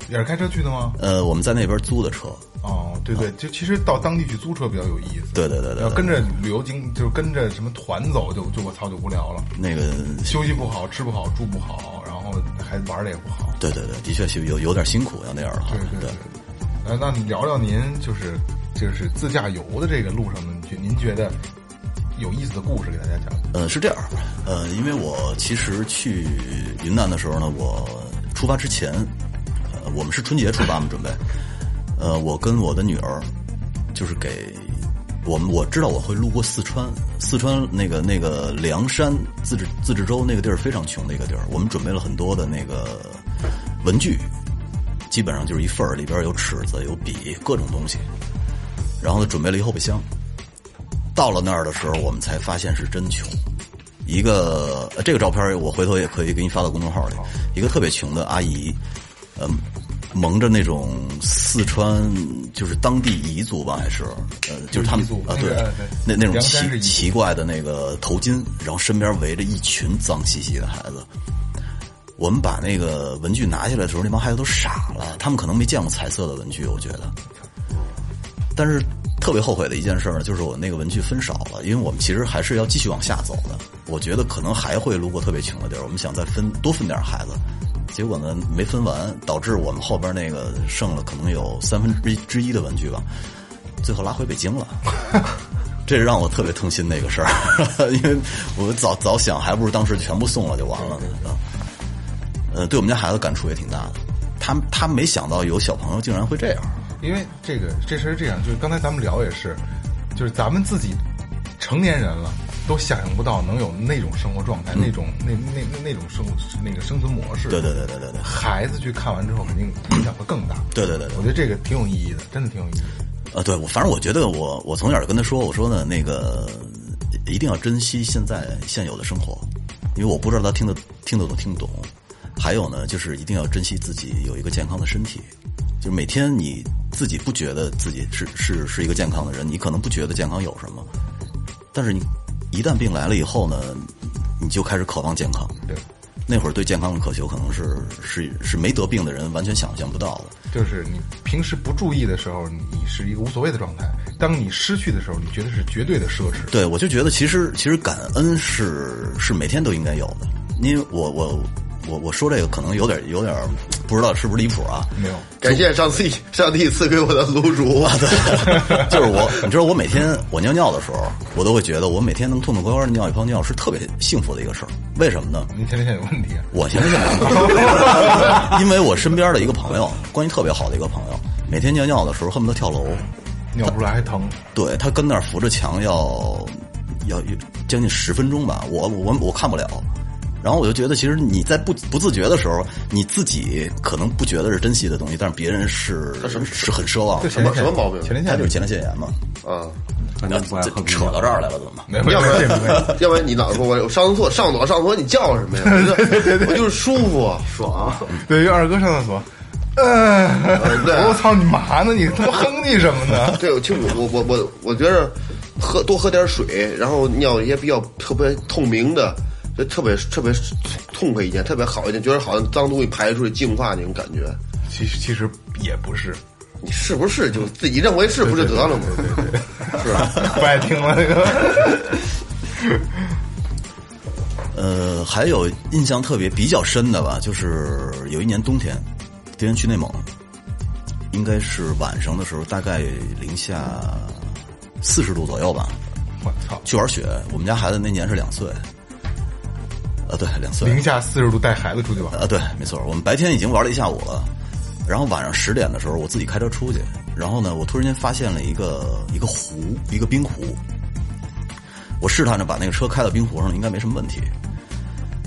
S3: 也是开车去的吗？
S7: 呃，我们在那边租的车，
S3: 哦，对对，就其实到当地去租车比较有意思。
S7: 呃对对对对
S3: 要
S7: 对
S3: 跟着旅游经，就是跟着什么团走，就就我操就无聊了，
S7: 那个，
S3: 休息不好，吃不好，住不好，然后还玩的也不好。
S7: 对对对，的确是有有点辛苦，要那样的话
S3: 对，对对。呃，那你聊聊您就是就是自驾游的这个路上呢，你觉您觉得有意思的故事给大家讲讲。
S7: 呃，是这样，呃，因为我其实去云南的时候呢，我出发之前，呃，我们是春节出发嘛，准备，呃，我跟我的女儿，就是给我们我知道我会路过四川，四川那个那个凉山自治自治州那个地儿非常穷的一个地儿，我们准备了很多的那个文具，基本上就是一份儿，里边有尺子、有笔，各种东西，然后呢，准备了一后备箱。到了那儿的时候，我们才发现是真穷。一个、呃这个照片，我回头也可以给你发到公众号里。一个特别穷的阿姨，嗯、蒙着那种四川就是当地彝族吧，还是呃，就是他们
S3: 彝族
S7: 啊，
S3: 那
S7: 对
S3: 个对，
S7: 那那种
S3: 凉山
S7: 奇
S3: 是彝族
S7: 奇怪的那个头巾，然后身边围着一群脏兮兮的孩子。我们把那个文具拿下来的时候，那帮孩子都傻了，他们可能没见过彩色的文具，我觉得。但是特别后悔的一件事呢，就是我那个文具分少了，因为我们其实还是要继续往下走的。我觉得可能还会路过特别穷的地儿，我们想再分多分点孩子，结果呢没分完，导致我们后边那个剩了可能有三分之一之一的文具吧，最后拉回北京了。这让我特别痛心的一个事儿， 因为我早早想，还不如当时全部送了就完了呢。呃，对我们家孩子感触也挺大的，他他没想到有小朋友竟然会这样。
S3: 因为这个这事儿是这样，就是刚才咱们聊也是，就是咱们自己成年人了，都想象不到能有那种生活状
S4: 嗯
S3: 态，那种那那那那种生那个生存模式。
S7: 对对对对对对。
S3: 孩子去看完之后，肯定影响会更大。
S7: 对对对对
S3: 我觉得这个挺有意义的，真的挺有意义的。
S7: 呃，对，我反正我觉得我我从小就跟他说，我说呢，那个一定要珍惜现在现有的生活，因为我不知道他听得听得懂听不懂。还有呢，就是一定要珍惜自己有一个健康的身体，就是每天你自己不觉得自己是是是一个健康的人，你可能不觉得健康有什么，但是你一旦病来了以后呢，你就开始渴望健康。
S3: 对，
S7: 那会儿对健康的渴求，可能是是是没得病的人完全想象不到的。
S3: 就是你平时不注意的时候，你是一个无所谓的状态；当你失去的时候，你觉得是绝对的奢侈。
S7: 对，我就觉得其实其实感恩是是每天都应该有的，因为我我我我说这个可能有点有点不知道是不是离谱啊，
S3: 没有，
S4: 感谢上帝，上帝赐给我的卤煮。啊
S7: 就是我，你知道我每天我尿尿的时候，我都会觉得我每天能痛痛快快的尿一泡尿是特别幸福的一个事儿，为什么 呢？
S3: 您前列腺有问题啊？
S7: 我现在想想因为我身边的一个朋友，关系特别好的一个朋友，每天尿尿的时候恨不得跳楼，
S3: 尿出来还疼，
S7: 对他跟那儿扶着墙要要要将近十分钟吧，我我我看不了。然后我就觉得，其实你在不不自觉的时候，你自己可能不觉得是珍惜的东西，但是别人是是很奢望的
S3: 这。前列腺
S4: 什么毛病
S3: 前列
S7: 他
S3: 腺
S7: 就是前列腺炎嘛。
S4: 啊，
S5: 大家不爱
S7: 这
S5: 喝
S7: 扯到这儿来了，怎么？
S3: 没有，没
S4: 要
S3: 有
S4: 不
S3: 没有没有。
S4: 然，要不然你老说我我上厕所上厕所上厕所，你叫什么呀？ 我就我就是舒服啊爽。
S3: 对，有二哥上厕所，呃，
S4: 对
S3: 我操你妈呢？你他妈哼唧什么呢？
S4: 对，其实我我我我我觉着喝多喝点水，然后尿一些比较特别透明的，就特别特别痛快一点，特别好一点，觉得好像脏东西排出去净化那种感觉。
S3: 其实其实也不是，
S4: 你是不是就自己认为是不就得了吗？
S3: 不爱听了那个。
S7: 呃，还有印象特别比较深的吧，就是呃有一年冬天，第一年去内蒙，应该是晚上的时候，大概零下四十度左右吧，
S3: 我操，
S7: 去玩雪。我们家孩子那年是两岁，呃，对，两岁，
S3: 零下四十度带孩子出去玩，
S7: 啊，对，没错，我们白天已经玩了一下午了，然后晚上十点的时候，我自己开车出去，然后呢，我突然间发现了一个一个湖，一个冰湖。我试探着把那个车开到冰湖上了，应该没什么问题。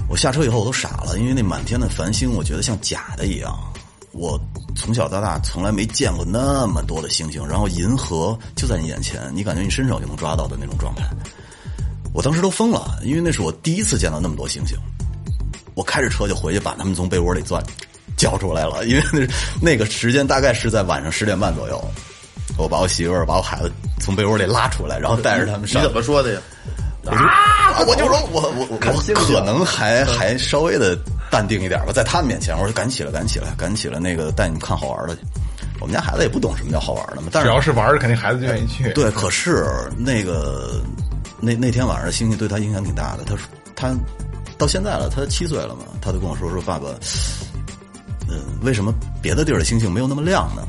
S7: 我下车以后我都傻了，因为那满天的繁星，我觉得像假的一样。我从小到大从来没见过那么多的星星，然后银河就在你眼前，你感觉你伸手就能抓到的那种状态。我当时都疯了，因为那是我第一次见到那么多星星。我开着车就回去把他们从被窝里钻叫出来了，因为那那个时间大概是在晚上十点半左右。我把我媳妇儿、把我孩子从被窝里拉出来，然后带着他们
S4: 你
S7: 上
S4: 怎么说的呀？
S7: 啊！我就说我我我我可
S4: 啊
S7: 能还还稍微的淡定一点吧，在他们面前，我说赶紧起来，赶紧起来，赶紧起来，那个带你们看好玩的去。我们家孩子也不懂什么叫好玩的嘛，但
S3: 只
S7: 是
S3: 要是玩儿，肯定孩子就愿意去。，
S7: 对，可是那个那那天晚上的星星对他影响挺大的。他说他到现在了，他七岁了嘛，他就跟我说说爸爸，嗯、为什么别的地儿的星星没有那么亮呢？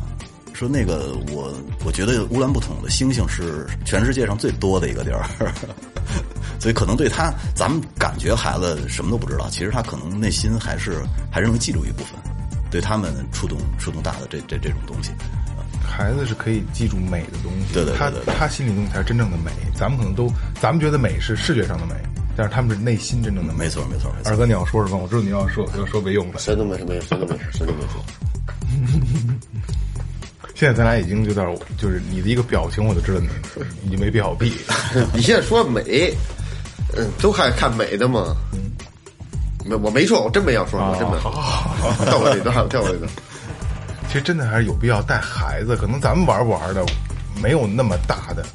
S7: 说那个我我觉得乌兰布统的星星是全世界上最多的一个地儿， 所以可能对他咱们感觉孩子什么都不知道，其实他可能内心还是还是能记住一部分，对他们触动触动大的这这这种东西。
S3: 孩子是可以记住美的东西，
S7: 对对对
S3: 他
S7: 对对
S3: 他心里东西才是真正的美。咱们可能都，咱们觉得美是视觉上的美，但是他们是内心真正的美。
S7: 没错没错没错。
S3: 二哥，你要说什么？我知道你要说要说没用的。
S4: 谁都没没谁都没谁都没说。
S3: 现在咱俩已经有点儿，就是你的一个表情，我就知道你已经没必要避。
S4: 你现在说美，嗯，都看看美的嘛。没，我没说，我真没要说，我真没。好好好，跳过这段，跳过这段。
S3: 其实真的还是有必要带孩子，可能咱们玩不玩的没有那么大的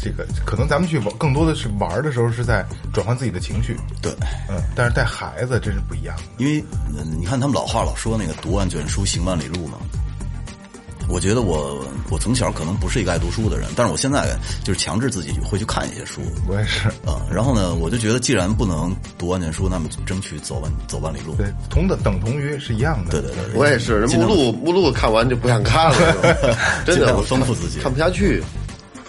S3: 这个，可能咱们去玩更多的是玩的时候是在转换自己的情绪，
S7: 对，
S3: 嗯，但是带孩子真是不一样的。
S7: 因为呃你看他们老话老说那个“读万卷书，行万里路”嘛。我觉得我我从小可能不是一个爱读书的人，但是我现在就是强制自己会去看一些书
S3: 我也是，
S7: 啊、然后呢，我就觉得既然不能读万卷书，那么争取走万走万里路。
S3: 对，同等等同于是一样的。
S7: 对对对对，
S4: 我也是，人目录目录看完就不想看了，是吧真
S7: 尽
S4: 的，
S7: 量
S4: 我
S7: 丰富自己
S4: 看不下去。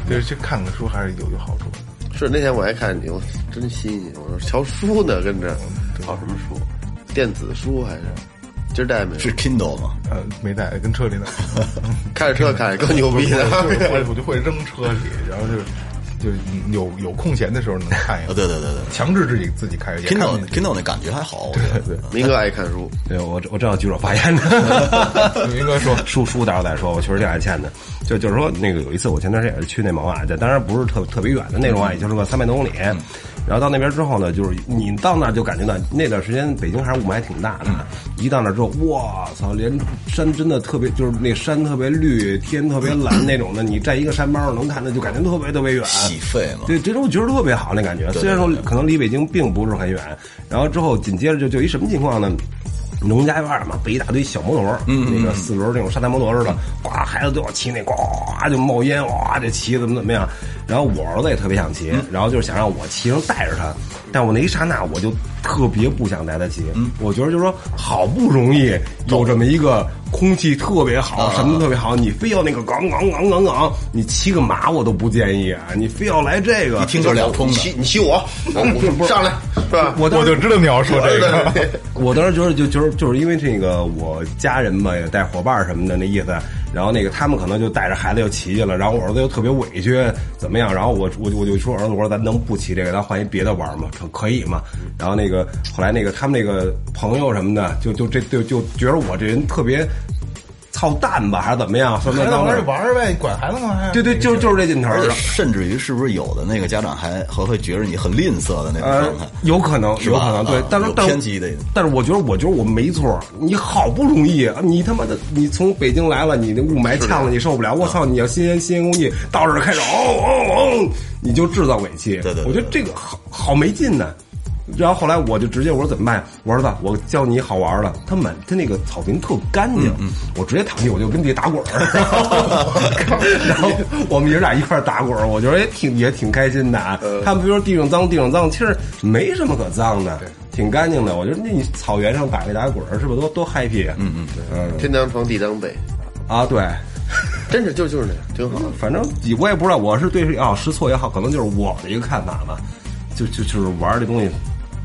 S3: 就是去看看书还是有有好处的。
S4: 是那天我还看你，我真新鲜，我说瞧书呢，跟着
S6: 考什么书？
S4: 电子书还是今儿带没？
S7: 是 Kindle 嘛？
S3: 呃，没带，跟车里呢。
S4: 开着车看更牛逼
S3: 我就会
S4: 的。
S3: 我就会扔车里，然后就是就是有有空闲的时候能看一
S7: 啊，
S3: 看，
S7: 对对对对
S3: 强制自己自己看一看。
S7: ，Kindle Kindle 那感觉还好，我觉得。
S4: 明哥爱看书，
S5: 对我我正要举手发言呢。
S3: 明哥说
S5: 书书待会儿再说，我确实挺爱欠的。就就是说，那个有一次我前段时间也是去内蒙啊，这当然不是特特别远的那种啊，也就是个三百多公里。然后到那边之后呢，就是你到那儿就感觉到那段时间北京还是雾霾挺大的，一到那儿之后，我操，连山真的特别，就是那山特别绿，天特别蓝那种的，你站一个山包上能看的，就感觉特别特别远，
S7: 洗肺嘛
S5: 对，这种我觉得特别好那感觉，虽然说可能离北京并不是很远。然后之后紧接着就就一什么情况呢？农家院嘛，备一大堆小摩托，嗯，那个四轮那种沙滩摩托似的，呱，孩子都要骑那，呱就冒烟，哇，这骑怎么怎么样？然后我儿子也特别想骑，然后就是想让我骑上带着他，但我那一刹那我就特别不想带他骑，我觉得就是说好不容易有这么一个空气特别好，什么都特别好，你非要那个杠杠杠杠杠，你骑个马我都不建议啊，你非要来这个，
S7: 一听就是两通
S4: 你
S7: 的。
S4: 骑你骑我，我我上来是吧？
S5: 我当
S3: 我
S5: 时
S3: 就知道你要说这个，
S5: 我当时觉得就就是就是因为这个，我家人嘛也带伙伴什么的那意思，然后那个他们可能就带着孩子又骑去了，然后我儿子又特别委屈，怎么样？然后我我我就说儿子，我说咱能不骑这个，咱换一别的玩吗？可可以吗？然后那个后来那个他们那个朋友什么的，就就这就就觉得我这人特别操蛋吧，还是怎么样？说那
S3: 孩子
S5: 当
S3: 玩
S5: 时
S3: 就玩呗，你管孩子干嘛呀？
S5: 对对，就就是这劲头儿。
S7: 而
S5: 然
S7: 且
S5: 后
S7: 甚至于，是不是有的那个家长还还会觉得你很吝啬的那种
S5: 呃
S7: 状态？，
S5: 有可能，
S7: 是
S5: 有
S7: 吧
S5: 可能，对
S7: 啊，
S5: 但是
S7: 有
S5: 但是
S7: 偏激的
S5: 但是我觉得，我觉得我没错儿。你好不容易，啊你他妈的，你从北京来了，你那雾霾呛了，你受不了。我操，你要新鲜新鲜空气，到这儿开始，哦哦哦，你就制造尾气。
S7: 对对对
S5: 我觉得这个好好没劲呢。然后后来我就直接我说怎么办呀？我儿子，我教你好玩儿的。他满他那个草坪特干净，我直接躺地我就跟地打滚儿， 然后我们爷俩一块儿打滚儿，我觉得也挺也挺开心的啊。他们就说地上脏地上脏，其实没什么可脏的，挺干净的。我觉得那你草原上打一打滚儿是不是多多 happy 啊？嗯嗯嗯
S4: 天当床，地当被，
S5: 啊对。
S4: 真是就就是那样，挺好。
S5: 反正我也不知道，我是对啊试错也好，可能就是我的一个看法吧。就就就是玩儿这东西，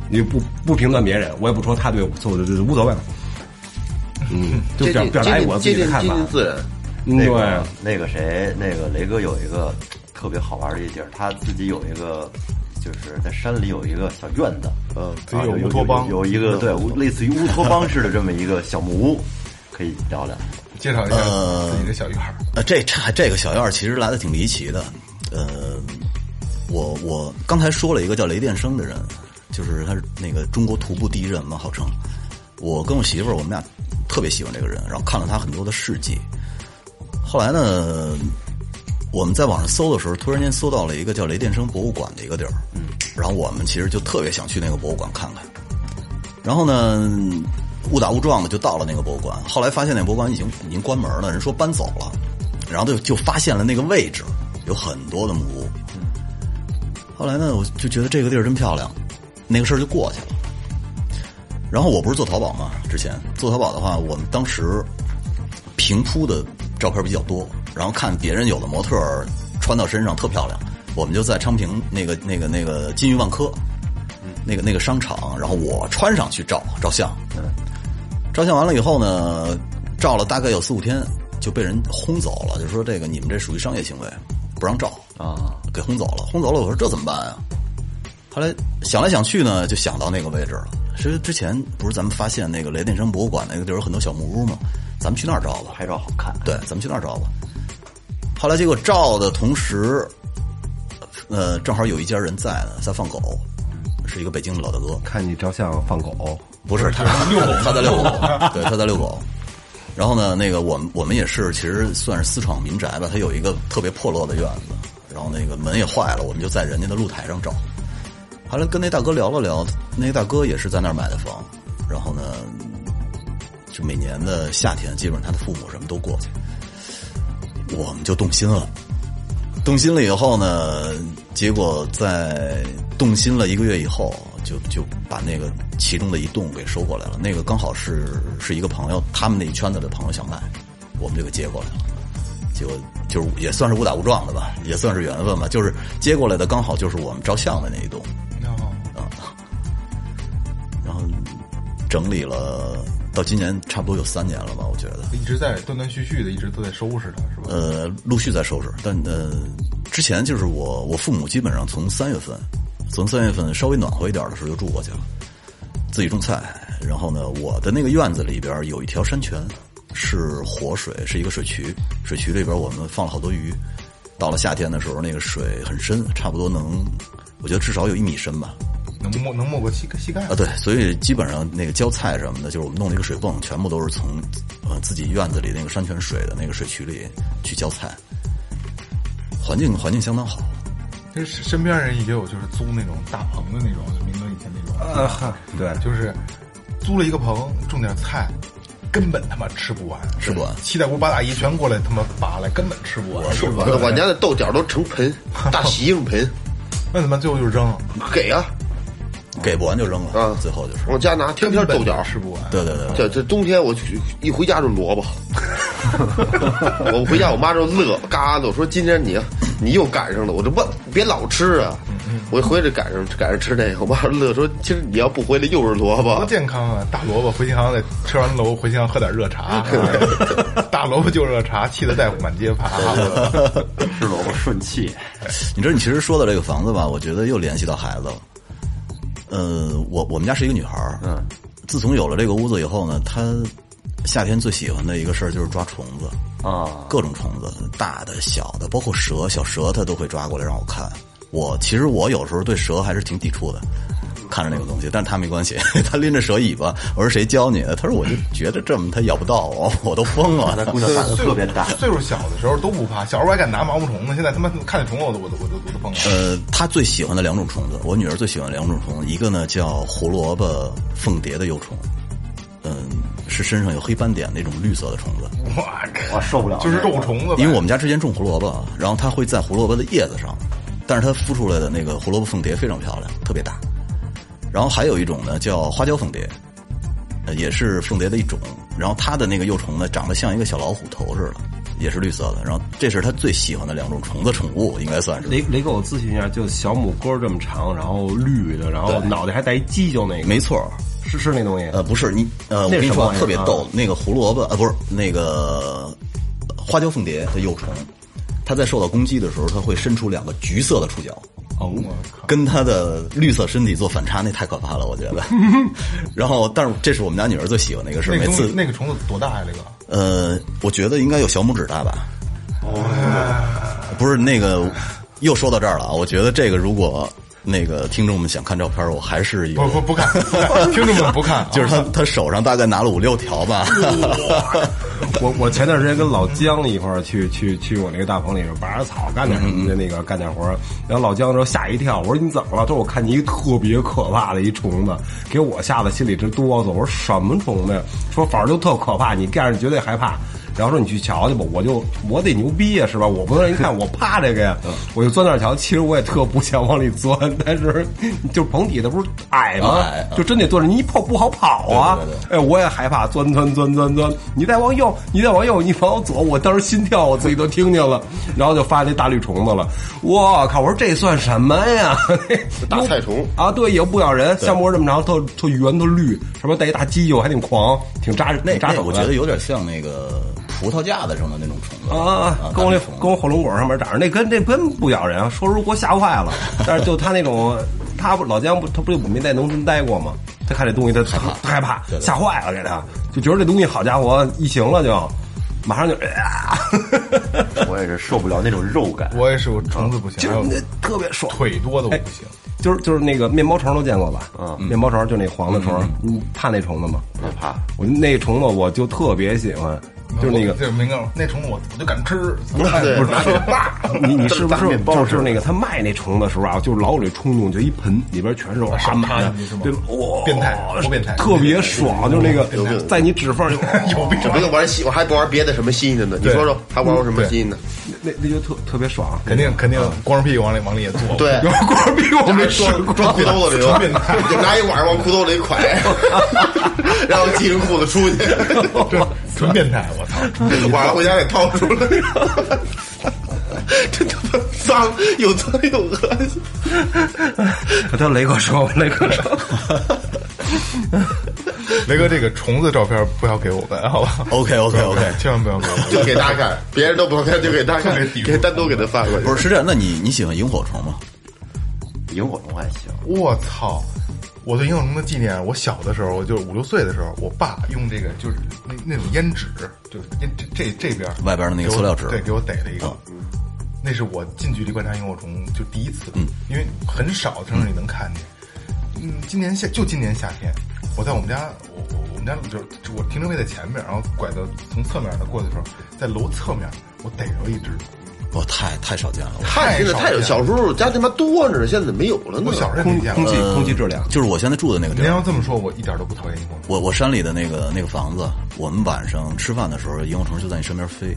S5: 你不不评断别人，我也不说他对我错，就就无所谓了。嗯，就
S4: 接
S5: 表
S4: 近
S5: 表
S4: 接
S5: 达
S4: 近
S5: 我自
S4: 接
S5: 己的
S4: 近
S5: 看
S4: 接
S5: 法
S4: 近。自然，
S6: 那
S5: 嗯，对
S6: 个，那个谁，那个雷哥有一个特别好玩的一地儿，他自己有一个，就是在山里有一个小院子，嗯，
S3: 自己有乌托邦
S6: 有一个对乌类似于乌托邦似的这么一个小木屋，可以聊聊。
S3: 介绍一下自己的小院儿。
S7: 呃，这这这个小院儿其实来的挺离奇的。呃，我我刚才说了一个叫雷电生的人，就是他是那个中国徒步第一人嘛，号称。我跟我媳妇儿，我们俩特别喜欢这个人，然后看了他很多的事迹。后来呢，我们在网上搜的时候，突然间搜到了一个叫雷电生博物馆的一个地儿，嗯，然后我们其实就特别想去那个博物馆看看。然后呢，误打误撞的就到了那个博物馆。后来发现那博物馆已经已经关门了，人说搬走了，然后就就发现了那个位置有很多的木屋。后来呢，我就觉得这个地儿真漂亮，那个事儿就过去了。然后我不是做淘宝嘛，之前做淘宝的话，我们当时平铺的照片比较多，然后看别人有的模特儿穿到身上特漂亮，我们就在昌平那个那个那个金域万科，那个那个商场，然后我穿上去照照相，照相完了以后呢，照了大概有四五天，就被人轰走了，就说这个你们这属于商业行为，不让照
S6: 啊，
S7: 给轰走了，轰走了，我说这怎么办啊？后来想来想去呢，就想到那个位置了。其实之前不是咱们发现那个雷电山博物馆那个地儿有很多小木屋吗？咱们去那儿照吧。
S6: 拍照好看，
S7: 对，咱们去那儿照吧。后来结果照的同时，呃，正好有一家人在呢，在放狗，是一个北京的老大哥，
S5: 看你照相放狗，
S7: 不是他遛狗， 他在遛狗，对，他在遛狗。然后呢，那个我们我们也是，其实算是私闯民宅吧，他有一个特别破落的院子，然后那个门也坏了，我们就在人家的露台上照。后来跟那大哥聊了聊，那大哥也是在那儿买的房，然后呢，就每年的夏天，基本上他的父母什么都过去，我们就动心了。动心了以后呢，结果在动心了一个月以后，就就把那个其中的一栋给收过来了。那个刚好是是一个朋友，他们那一圈子的朋友想卖，我们就给接过来了。结果就是也算是误打误撞的吧，也算是缘分吧。就是接过来的刚好就是我们照相的那一栋，啊
S3: 哦
S7: 然后整理了到今年差不多有三年了吧，我觉得。
S3: 一直在断断续续的，一直都在收拾它，是吧？
S7: 呃，陆续在收拾，但呃，之前就是我我父母基本上从三月份，从三月份稍微暖和一点的时候就住过去了，自己种菜。然后呢，我的那个院子里边有一条山泉，是活水，是一个水渠，水渠里边我们放了好多鱼。到了夏天的时候，那个水很深，差不多能，我觉得至少有一米深吧。
S3: 能没能没过膝盖膝盖
S7: 啊，对，所以基本上那个浇菜什么的，就是我们弄了一个水泵，全部都是从呃自己院子里那个山泉水的那个水渠里去浇菜，环境环境相当好。
S3: 就是身边人也有，就是租那种大棚的那种，就明哥以前那种，
S5: 呃，对，
S3: 就是租了一个棚，种点菜，根本他妈吃不完，
S7: 吃不完
S3: 七大姑八大姨全过来他妈拔来，根本吃不完。吃不
S4: 我我家的豆角都成盆，大洗净盆，
S3: 那他妈最后就扔，
S4: 给啊
S7: 给不完就扔
S4: 啊
S7: 了，！最后就是，
S4: 往家拿，天
S3: 根
S4: 天
S3: 本
S4: 豆角
S3: 吃不完。
S7: 对对对，
S4: 这这冬天我去一回家就萝卜， 我回家我妈就乐，嘎的。我说今天你啊你又赶上了，我就问别老吃啊，我一回来赶上赶上吃这个，我妈乐说其实你要不回来又是萝
S3: 多
S4: 卜，
S3: 健康啊！大萝卜回新行得吃完楼回新行喝点热 茶，大萝卜就热茶，气得大夫满街爬。
S6: 吃萝卜顺气，
S7: 你知道，你其实说到这个房子吧，我觉得又联系到孩子了。呃，我我们家是一个女孩儿，
S6: 嗯，
S7: 自从有了这个屋子以后呢，她夏天最喜欢的一个事儿就是抓虫子，
S6: 啊，
S7: 各种虫子，大的、小的，包括蛇，小蛇她都会抓过来让我看。我其实我有时候对蛇还是挺抵触的，看着那个东西，但是她没关系， 她拎着蛇尾巴，我说谁教你的？她说我就觉得这么她咬不到我，我都疯了。
S6: 那姑娘胆子 特别大，
S3: 岁数小的时候都不怕，小时候还敢拿毛毛虫呢，现在他妈看见虫子我都我都我都我都疯了。
S7: 呃，她最喜欢的两种虫子，我女儿最喜欢的两种虫子，一个呢叫胡萝卜凤蝶的幼虫，嗯，是身上有黑斑点那种绿色的虫子。
S3: 我
S6: 我
S3: 靠，
S6: 受不了，
S3: 就是肉虫子呗，
S7: 因为我们家之前种胡萝卜啊，然后它会在胡萝卜的叶子上，但是它孵出来的那个胡萝卜凤蝶非常漂亮，特别大。然后还有一种呢叫花椒凤蝶，呃，也是凤蝶的一种。然后它的那个幼虫呢，长得像一个小老虎头似的，也是绿色的。然后这是它最喜欢的两种虫子宠物，应该算是。
S5: 雷雷哥，我咨询一下，就小拇哥这么长，然后绿的，然后脑袋还带一犄角那个，
S7: 没错儿，
S5: 是是那东西。
S7: 呃，不是你，呃，我
S5: 那
S7: 跟你
S5: 什么
S7: 说
S5: 玩意儿
S7: 特别
S5: 啊
S7: 逗，那个胡萝卜，呃，不是那个花椒凤蝶的幼虫，它在受到攻击的时候，它会伸出两个橘色的触角，嗯
S5: 哦，
S7: 跟它的绿色身体做反差，那太可怕了，我觉 得。然后，但是这是我们家女儿最喜欢的一个事儿，
S3: 那个
S7: 每
S3: 东
S7: 次
S3: 西那个虫子多大呀？这个
S7: 呃，我觉得应该有小拇指大吧。
S5: 哦
S7: 不是那个，又说到这儿了啊！我觉得这个如果那个听众们想看照片，我还是有
S3: 不不不看，不 看 听众们不看啊，
S7: 就是他他手上大概拿了五六条 吧。
S5: 我我前段时间跟老姜一块儿去去去我那个大棚里边拔点草，干点什么的那个干点活儿，然后老姜说吓一跳，我说你怎么了？他说我看见一个特别可怕的一虫子，给我吓得心里直哆嗦。我说什么虫子呀？说反正就特可怕，你看着绝对害怕。然后说你去瞧去吧，我就我得牛逼呀，是吧？我不能让人看我怕这个呀，我就钻那儿瞧。其实我也特不想往里钻，但是就是棚底下不是矮吗？
S7: 矮
S5: 就真得坐着，你一跑不好跑啊！
S7: 对对对
S5: 哎，我也害怕，钻钻钻钻钻，你再往右，你再往右，你往左，我当时心跳我自己都听见了，然后就发现这大绿虫子了，我靠！我说这算什么呀？
S4: 大菜虫
S5: 啊，对，也不咬人，香脖这么长，特特圆特绿，什么带一大犄角，还挺狂，挺扎人，
S7: 那
S5: 挺扎
S7: 那
S5: 手
S7: 哎我
S5: 的
S7: 觉得有点像那个葡萄架子上的那种虫子
S5: 啊，跟我
S7: 那
S5: 那
S7: 虫子
S5: 跟我火龙果上面长着，那跟那根不咬人啊，说如果吓坏了，但是就他那种，他不老姜不他不就没在农村待过吗？他看这东西他他他害怕，吓坏了给他，就觉得这东西好家伙，一行了就，马上就啊，
S6: 我也是受不了那种肉感，
S3: 我也是，我虫子不行，
S5: 就是
S3: 还有
S5: 那特别爽。
S3: 腿多的我不行。
S5: 就是就是那个面包虫都见过吧？面包虫就那黄的虫，你怕那虫子吗？
S6: 我怕。
S5: 我那虫子我就特别喜欢，哎就是那个
S3: 就是明哥，那虫我我就敢吃，不
S4: 对
S3: 拿手扒。
S5: 你你是不
S4: 大
S5: 是
S4: 面包
S5: 就是那个他卖那虫子的时候啊，就是老有那冲动，就一盆里边全是我
S3: 上
S5: 满
S3: 摊
S5: 的
S3: 子是吗，
S5: 对吧？哇，
S3: 变态多变态
S5: 特别爽，就是那个在你指缝里，
S3: 有病
S4: 这不用玩新，我还不玩别的什么新的呢？你说说还玩过什么新的？
S5: 那那就特特 别爽。
S3: 肯定肯定
S5: 嗯
S3: 光着屁股往里往里也坐。
S4: 对，
S5: 有光逼我没吃
S4: 装
S5: 过，
S4: 装裤兜子里头，就 拿一碗儿往裤兜里蒯，然后系着裤子出去，
S3: 这纯变态，我操！
S4: 晚上回家给掏出来， 真他妈脏，又脏又恶心。
S5: 他跟雷哥说，雷哥说，
S3: 雷哥，这个虫子照片不要给我们，好吧
S7: OK OK OK，
S3: 千万不要给我
S4: 就
S3: 们。
S4: 给他看，别人都不看，就给他看，给单独给他发过去。
S7: 不是是这样？那你你喜欢萤火虫吗？
S6: 萤火虫还行，
S3: 我操！我对萤火虫的纪念，我小的时候，我就是五六岁的时候，我爸用这个就是那那种烟纸，就是烟这这这边
S7: 外边的那个塑料纸
S3: 给我对，给我逮了一个。那是我近距离观察萤火虫就第一次，因为很少城市里能看见。嗯，今年夏就今年夏天，我在我们家，我我我们家就是我停车位在前面，然后拐到从侧面的过去的时候，在楼侧面我逮着一只，
S7: 我太太少见了。我
S4: 太现在太有，
S3: 太少
S4: 小时候家他妈多着呢，现在怎么没有了呢？
S3: 我小时候也
S5: 空
S3: 没
S5: 气
S3: 见
S5: 空
S3: 过。
S5: 气空气质量，
S7: 就是我现在住的那个地
S3: 您要
S7: 儿，
S3: 这么说，啊我一点都不讨厌萤火虫。
S7: 我我山里的那个那个房子，我们晚上吃饭的时候，萤火虫就在你身边飞，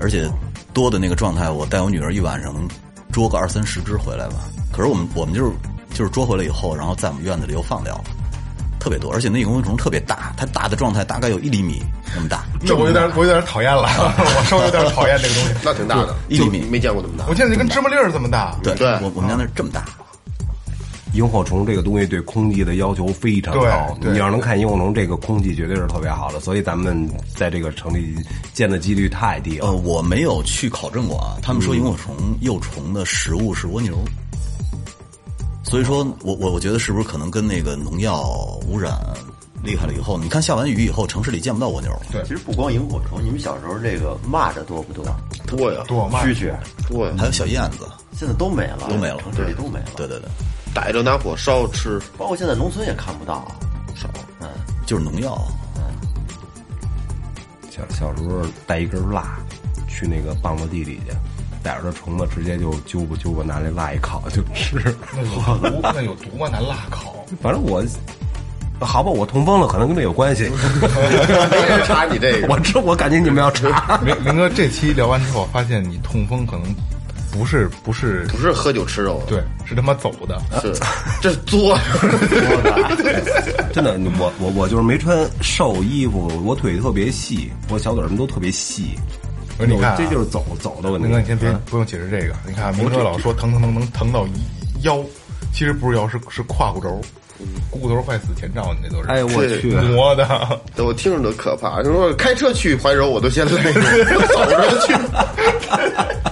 S7: 而且多的那个状态，我带我女儿一晚上能捉个二三十只回来吧。可是我们我们就是就是捉回来以后，然后在我们院子里又放掉了，特别多，而且那萤火虫特别大，它大的状态大概有一厘米那么大，
S3: 那我有点，我有点讨厌了，我稍微有点讨厌这个东西。
S4: 那挺大的，
S7: 一厘米
S4: 没见过那么大
S3: 我。现在就跟芝麻粒儿这么大，
S7: 对，
S4: 对
S7: 我我们家那儿这么大，
S5: 萤火虫这个东西对空气的要求非常
S3: 对
S5: 高。
S3: 对
S5: 你要是能看萤火虫，这个空气绝对是特别好的，所以咱们在这个城里见的几率太低了。
S7: 呃，我没有去考证过啊。他
S6: 嗯
S7: 们说萤火虫幼虫的食物是蜗牛，所以说我我我觉得是不是可能跟那个农药污染厉害了以后，你看下完雨以后，城市里见不到蜗牛了。
S3: 对
S6: 其实不光萤火虫，你们小时候这个蚂蚱多不多？
S4: 多呀，
S3: 多嘛？
S6: 蛐蛐
S4: 多呀，
S7: 还有小燕子，
S6: 现在都没了，
S7: 都没了
S6: 城市里都没了。
S7: 对，对对，
S4: 逮着拿火烧吃，
S6: 包括现在农村也看不到啊。
S4: 少。
S6: 嗯，
S7: 就是农药。
S5: 小小时候带一根蜡去那个棒子地里去，逮着虫子直接就揪吧揪吧，拿那蜡一烤就吃。
S3: 那有毒，那有毒吗？拿蜡烤？
S5: 反正我，好吧，我痛风了，可能跟这 有关系。
S4: 没查你这个，
S5: 我这我感觉你们要查。
S3: 明明哥，这期聊完之后，发现你痛风可能不是不是，
S4: 不是喝酒吃肉，啊
S3: 对，是他妈走的。
S4: 是这是作。
S5: 真的，我我我就是没穿瘦衣服，我腿特别细，我小腿什么都特别细。
S3: 我说你看啊
S5: 这就是走走的问题。
S3: 明哥，你先别
S5: 啊
S3: 不用解释这个。你看，明哥老说疼疼疼疼疼到腰，其实不是腰，是是胯骨轴，股骨头坏死前兆，你这都是
S5: 哎我去，
S3: 磨的。
S4: 对 我听着都可怕。你说开车去怀柔，我都嫌累，我走着去。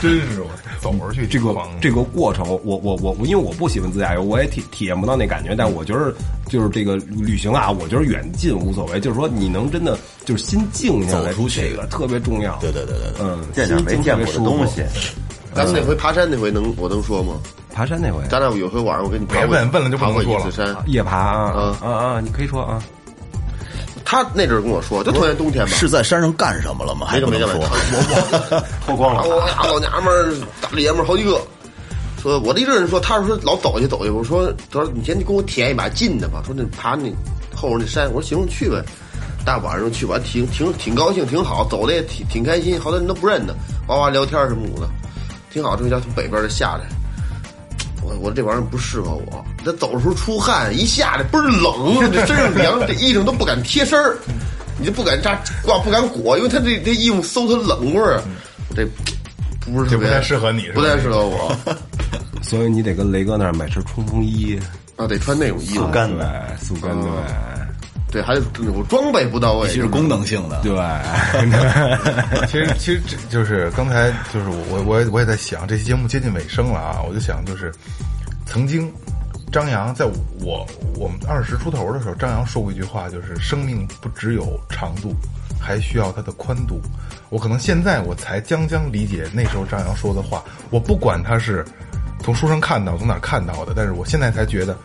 S3: 真是我走着去
S5: 这个
S3: 狂
S5: 这个过程，我我我我，因为我不喜欢自驾游，我也体体验不到那感觉。但我觉得就是这个旅行啊，我觉得远近无所谓，就是说你能真的就是心静下来，
S7: 走出去
S5: 这个特别重要。
S7: 对对对对对，
S5: 嗯，
S6: 见点没见过的东西
S5: 心静特别舒服。，
S4: 咱们那回爬山那回能我能说吗？
S5: 爬山那回
S4: 咱俩有回晚上我跟你爬
S3: 别
S4: 过，
S3: 问问了就不
S4: 爬
S3: 能
S4: 过
S3: 说
S4: 一
S3: 了
S4: 次山。
S5: 夜爬啊啊啊！你可以说啊，
S4: 他那阵儿跟我说，就特别冬天吧，
S7: 是在山上干什么了吗？还
S4: 没
S7: 不
S4: 没
S7: 能
S4: 没，
S7: 说。
S4: 我
S6: 脱光
S4: 我
S6: 了，
S4: 大老娘们儿、大老爷们儿好几个。说我的一个人说，他说老走去走去，我说他说你先给我体验一把近的吧。说那爬那后边那山，我说行，去呗。大晚上去吧，挺挺挺高兴，挺好，走的也挺挺开心，好多人都不认得，哇哇聊天什么的，挺好。这家从北边儿下来，我我这玩意儿不适合我。他走的时候出汗，一下来倍儿冷，这身上凉，这衣裳都不敢贴身儿，你就不敢扎挂，不敢裹，因为他这这衣服嗖，它冷味儿，这不是特
S3: 这不
S4: 别
S3: 太适合你，是吧
S4: 不太适合我
S5: 所以你得跟雷哥那儿买身冲锋衣，
S4: 啊，得穿那种衣服
S6: 不，干
S5: 对嗯
S6: 的。，
S5: 速干对，
S4: 对，还有我装备不到位，
S7: 其实功能性 的，
S5: 对，
S3: 其实，其实这就是刚才就是我我我也我也在想，这期节目接近尾声了啊，我就想就是，曾经张扬在我我们二十出头的时候，张扬说过一句话，就是生命不只有长度，还需要它的宽度。我可能现在我才将将理解那时候张扬说的话，我不管他是从书上看到从哪儿看到的，但是我现在才觉得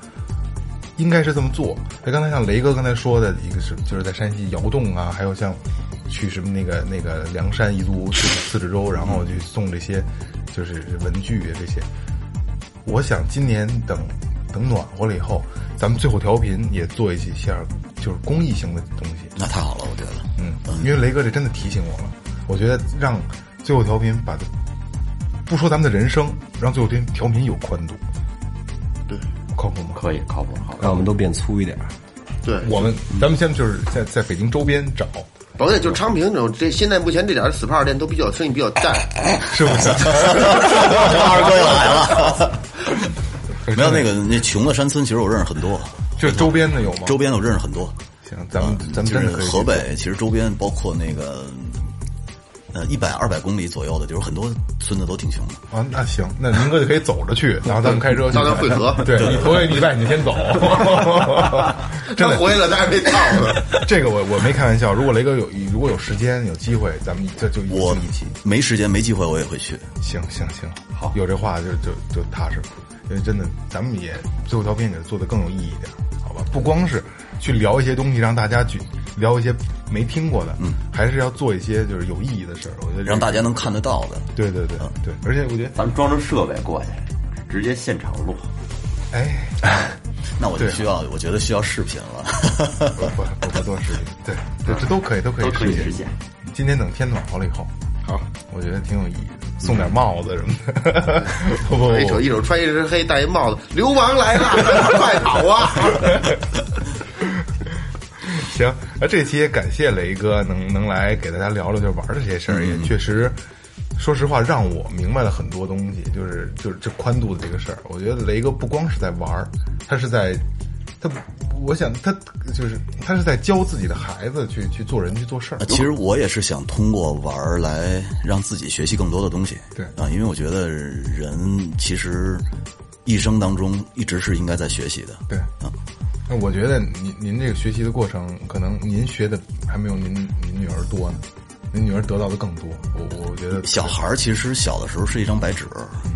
S3: 应该是这么做。那刚才像雷哥刚才说的一个是，就是在山西窑洞啊，还有像去什么那个那个梁山彝族自治自治州，然后去送这些就是文具啊这些。我想今年等等暖和了以后，咱们最后调频也做一些下就是公益性的东西。
S7: 那太好了，我觉 得。
S3: 嗯，因为雷哥这真的提醒我了，我觉得让最后调频把它不说咱们的人生，让最后调频调频有宽度，
S4: 对
S3: 靠谱吗？
S6: 可以，靠谱，靠谱。
S5: 让我们都变粗一点儿。
S4: 对，
S3: 我们
S7: 嗯
S3: 咱们现在就是在在北京周边找，
S4: 甭管就昌平这种，这现在目前这点儿 SPA 店都比较生意比较 淡，
S3: 是不是？
S7: 二哥又来了， 没有那个那穷的山村，其实我认识很多，
S3: 就是周边的有吗？
S7: 周边的我认识很多。
S3: 行，咱们咱们
S7: 就
S3: 真
S7: 是
S3: 的可以
S7: 河北，其实周边包括那个呃一百二百公里左右的，就是很多村子都挺穷的。
S3: 啊，那行，那宁哥就可以走着去，然后咱们开车去
S4: 到那儿汇合
S3: 对你头一个礼拜你 先走，真
S4: 他
S3: 的。
S4: 回来了，咱还没到 呢。
S3: 这个我我没开玩笑，如果雷哥有如果有时间有机会，咱们这就一
S7: 我
S3: 起一起。
S7: 没时间没机会，我也会去。
S3: 行行行，好，有这话就就就踏实了，因为真的，咱们嗯也最后调频给它做的更有意义一点，好吧？不光是去聊一些东西，让大家去聊一些没听过的，嗯，还是要做一些就是有意义的事儿。我觉得这个
S7: 让大家能看得到的。
S3: 对对对对，而且我觉得，
S6: 嗯咱们装着设备过去，直接现场录。
S3: 哎，
S7: 那我就
S3: 对啊
S7: 需要，我觉得需要视频了。
S3: 不不不不做视频，对对，这都可以，都可
S6: 嗯
S3: 以
S6: 都可以
S3: 实
S6: 实现。
S3: 今天等天暖和了以后，
S5: 好，
S3: 我觉得挺有意义的，送点帽子什么 的。 不不
S4: 一手
S3: 不，
S4: 一手穿一身黑，戴一帽子，流氓来了，快 跑啊！
S3: 行，那这期也感谢雷哥能能来给大家聊聊，就是玩的这些事儿，也
S7: 嗯
S3: 确实。说实话，让我明白了很多东西，就是就是这宽度的这个事儿。我觉得雷哥不光是在玩儿，他是在他，我想他就是他是在教自己的孩子去去做人去做事儿
S7: 呃。其实我也是想通过玩儿来让自己学习更多的东西。
S3: 对
S7: 啊，因为我觉得人其实一生当中一直是应该在学习的。
S3: 对，那我觉得您您这个学习的过程，可能您学的还没有您您女儿多呢，您女儿得到的更多。我我觉得
S7: 小孩儿其实小的时候是一张白纸，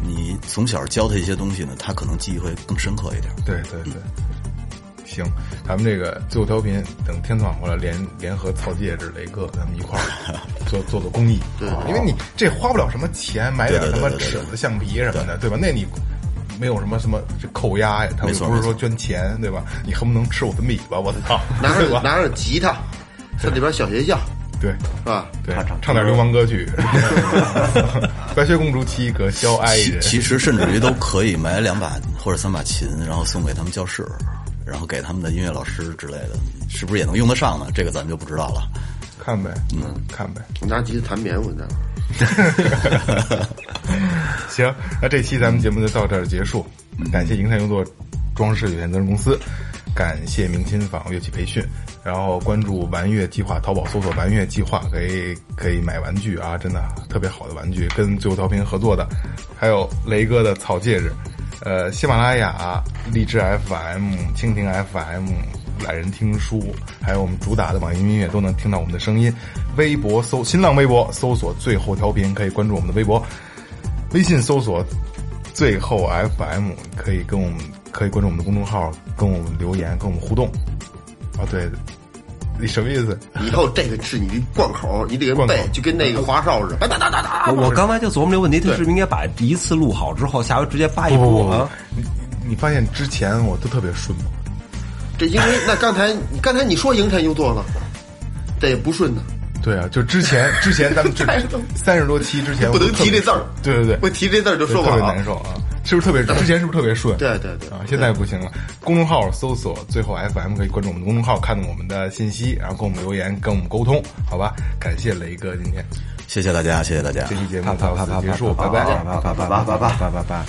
S7: 你从小教他一些东西呢，他可能记忆会更深刻一点。
S3: 对对对，行，咱们这个最后调频，等天暖和了，联联合草戒指、雷哥，咱们一块 儿做做做公益。对，因为你这花不了什么钱，买点
S7: 对
S3: 什
S7: 对对
S3: 么
S7: 对对
S3: 尺
S7: 对
S3: 子、橡皮什么的，对吧？那你。没有什么什么这扣押呀，他
S7: 没
S3: 又
S7: 错啊
S3: 不是
S7: 没
S3: 说捐钱，对吧？你恨不能吃我的米吧？我操，
S4: 拿
S3: 对
S4: 着
S3: 吧？
S4: 拿着吉他，上里边小学校
S3: 对，
S4: 是吧？
S3: 对，
S6: 唱唱
S3: 唱点流氓歌 曲， 白雪公主妻可消哀
S7: 其
S3: 人。
S7: 其实甚至于都可以买两把或者三把琴，然后送给他们教室，然后给他们的音乐老师之类的，是不是也能用得上呢？这个咱们就不知道了。
S3: 看呗，嗯，看呗。
S4: 我拿吉他弹棉花呢。
S3: 行，那这期咱们节目就到这儿结束，嗯感谢营山优作装饰有限责任公司，感谢明琴坊乐器培训，然后关注玩乐计划，淘宝搜索“玩乐计划”可以可以买玩具啊，真的特别好的玩具，跟最后调频合作的，还有雷哥的草戒指，呃，喜马拉雅、荔枝 FM、蜻蜓 FM。懒人听书，还有我们主打的网易云音乐都能听到我们的声音。微博搜新浪微博搜索最后调频，可以关注我们的微博。微信搜索“最后 FM”，可以跟我们可以关注我们的公众号，跟我们留言，跟我们互动。啊，对，你什么意思？
S4: 以后这个是你的贯口，你得给人
S3: 贯
S4: 背
S3: 口，
S4: 就跟那个华少似的。哎哒哒哒哒，
S5: 我我刚才就琢磨这个问题，他是不是应该把一次录好之后，下回直接发一部啊？
S3: 哎你你你发现之前我都特别顺吗？
S4: 这因为那刚才刚才你说营山又做了，这也不顺呢。
S3: 对啊，就之 前之前咱们这 三十多期之前
S4: 不能
S3: 我都特别
S4: 提这字儿
S3: 对对对，
S4: 我提这字儿就
S3: 对
S4: 说不
S3: 特别
S4: 好
S3: 难受啊，是不是特别之前是不是特别顺？
S4: 对对对
S3: 啊，现在不行了。公众号搜索最后 FM 可以关注我们的公众号，看到我们的信息，然后跟我们留言，跟我们沟通，好吧？感谢雷哥今天
S7: 谢谢大家，谢谢大家，
S3: 这期节目到此结束，拜拜。
S5: 叭叭叭叭叭叭叭叭叭。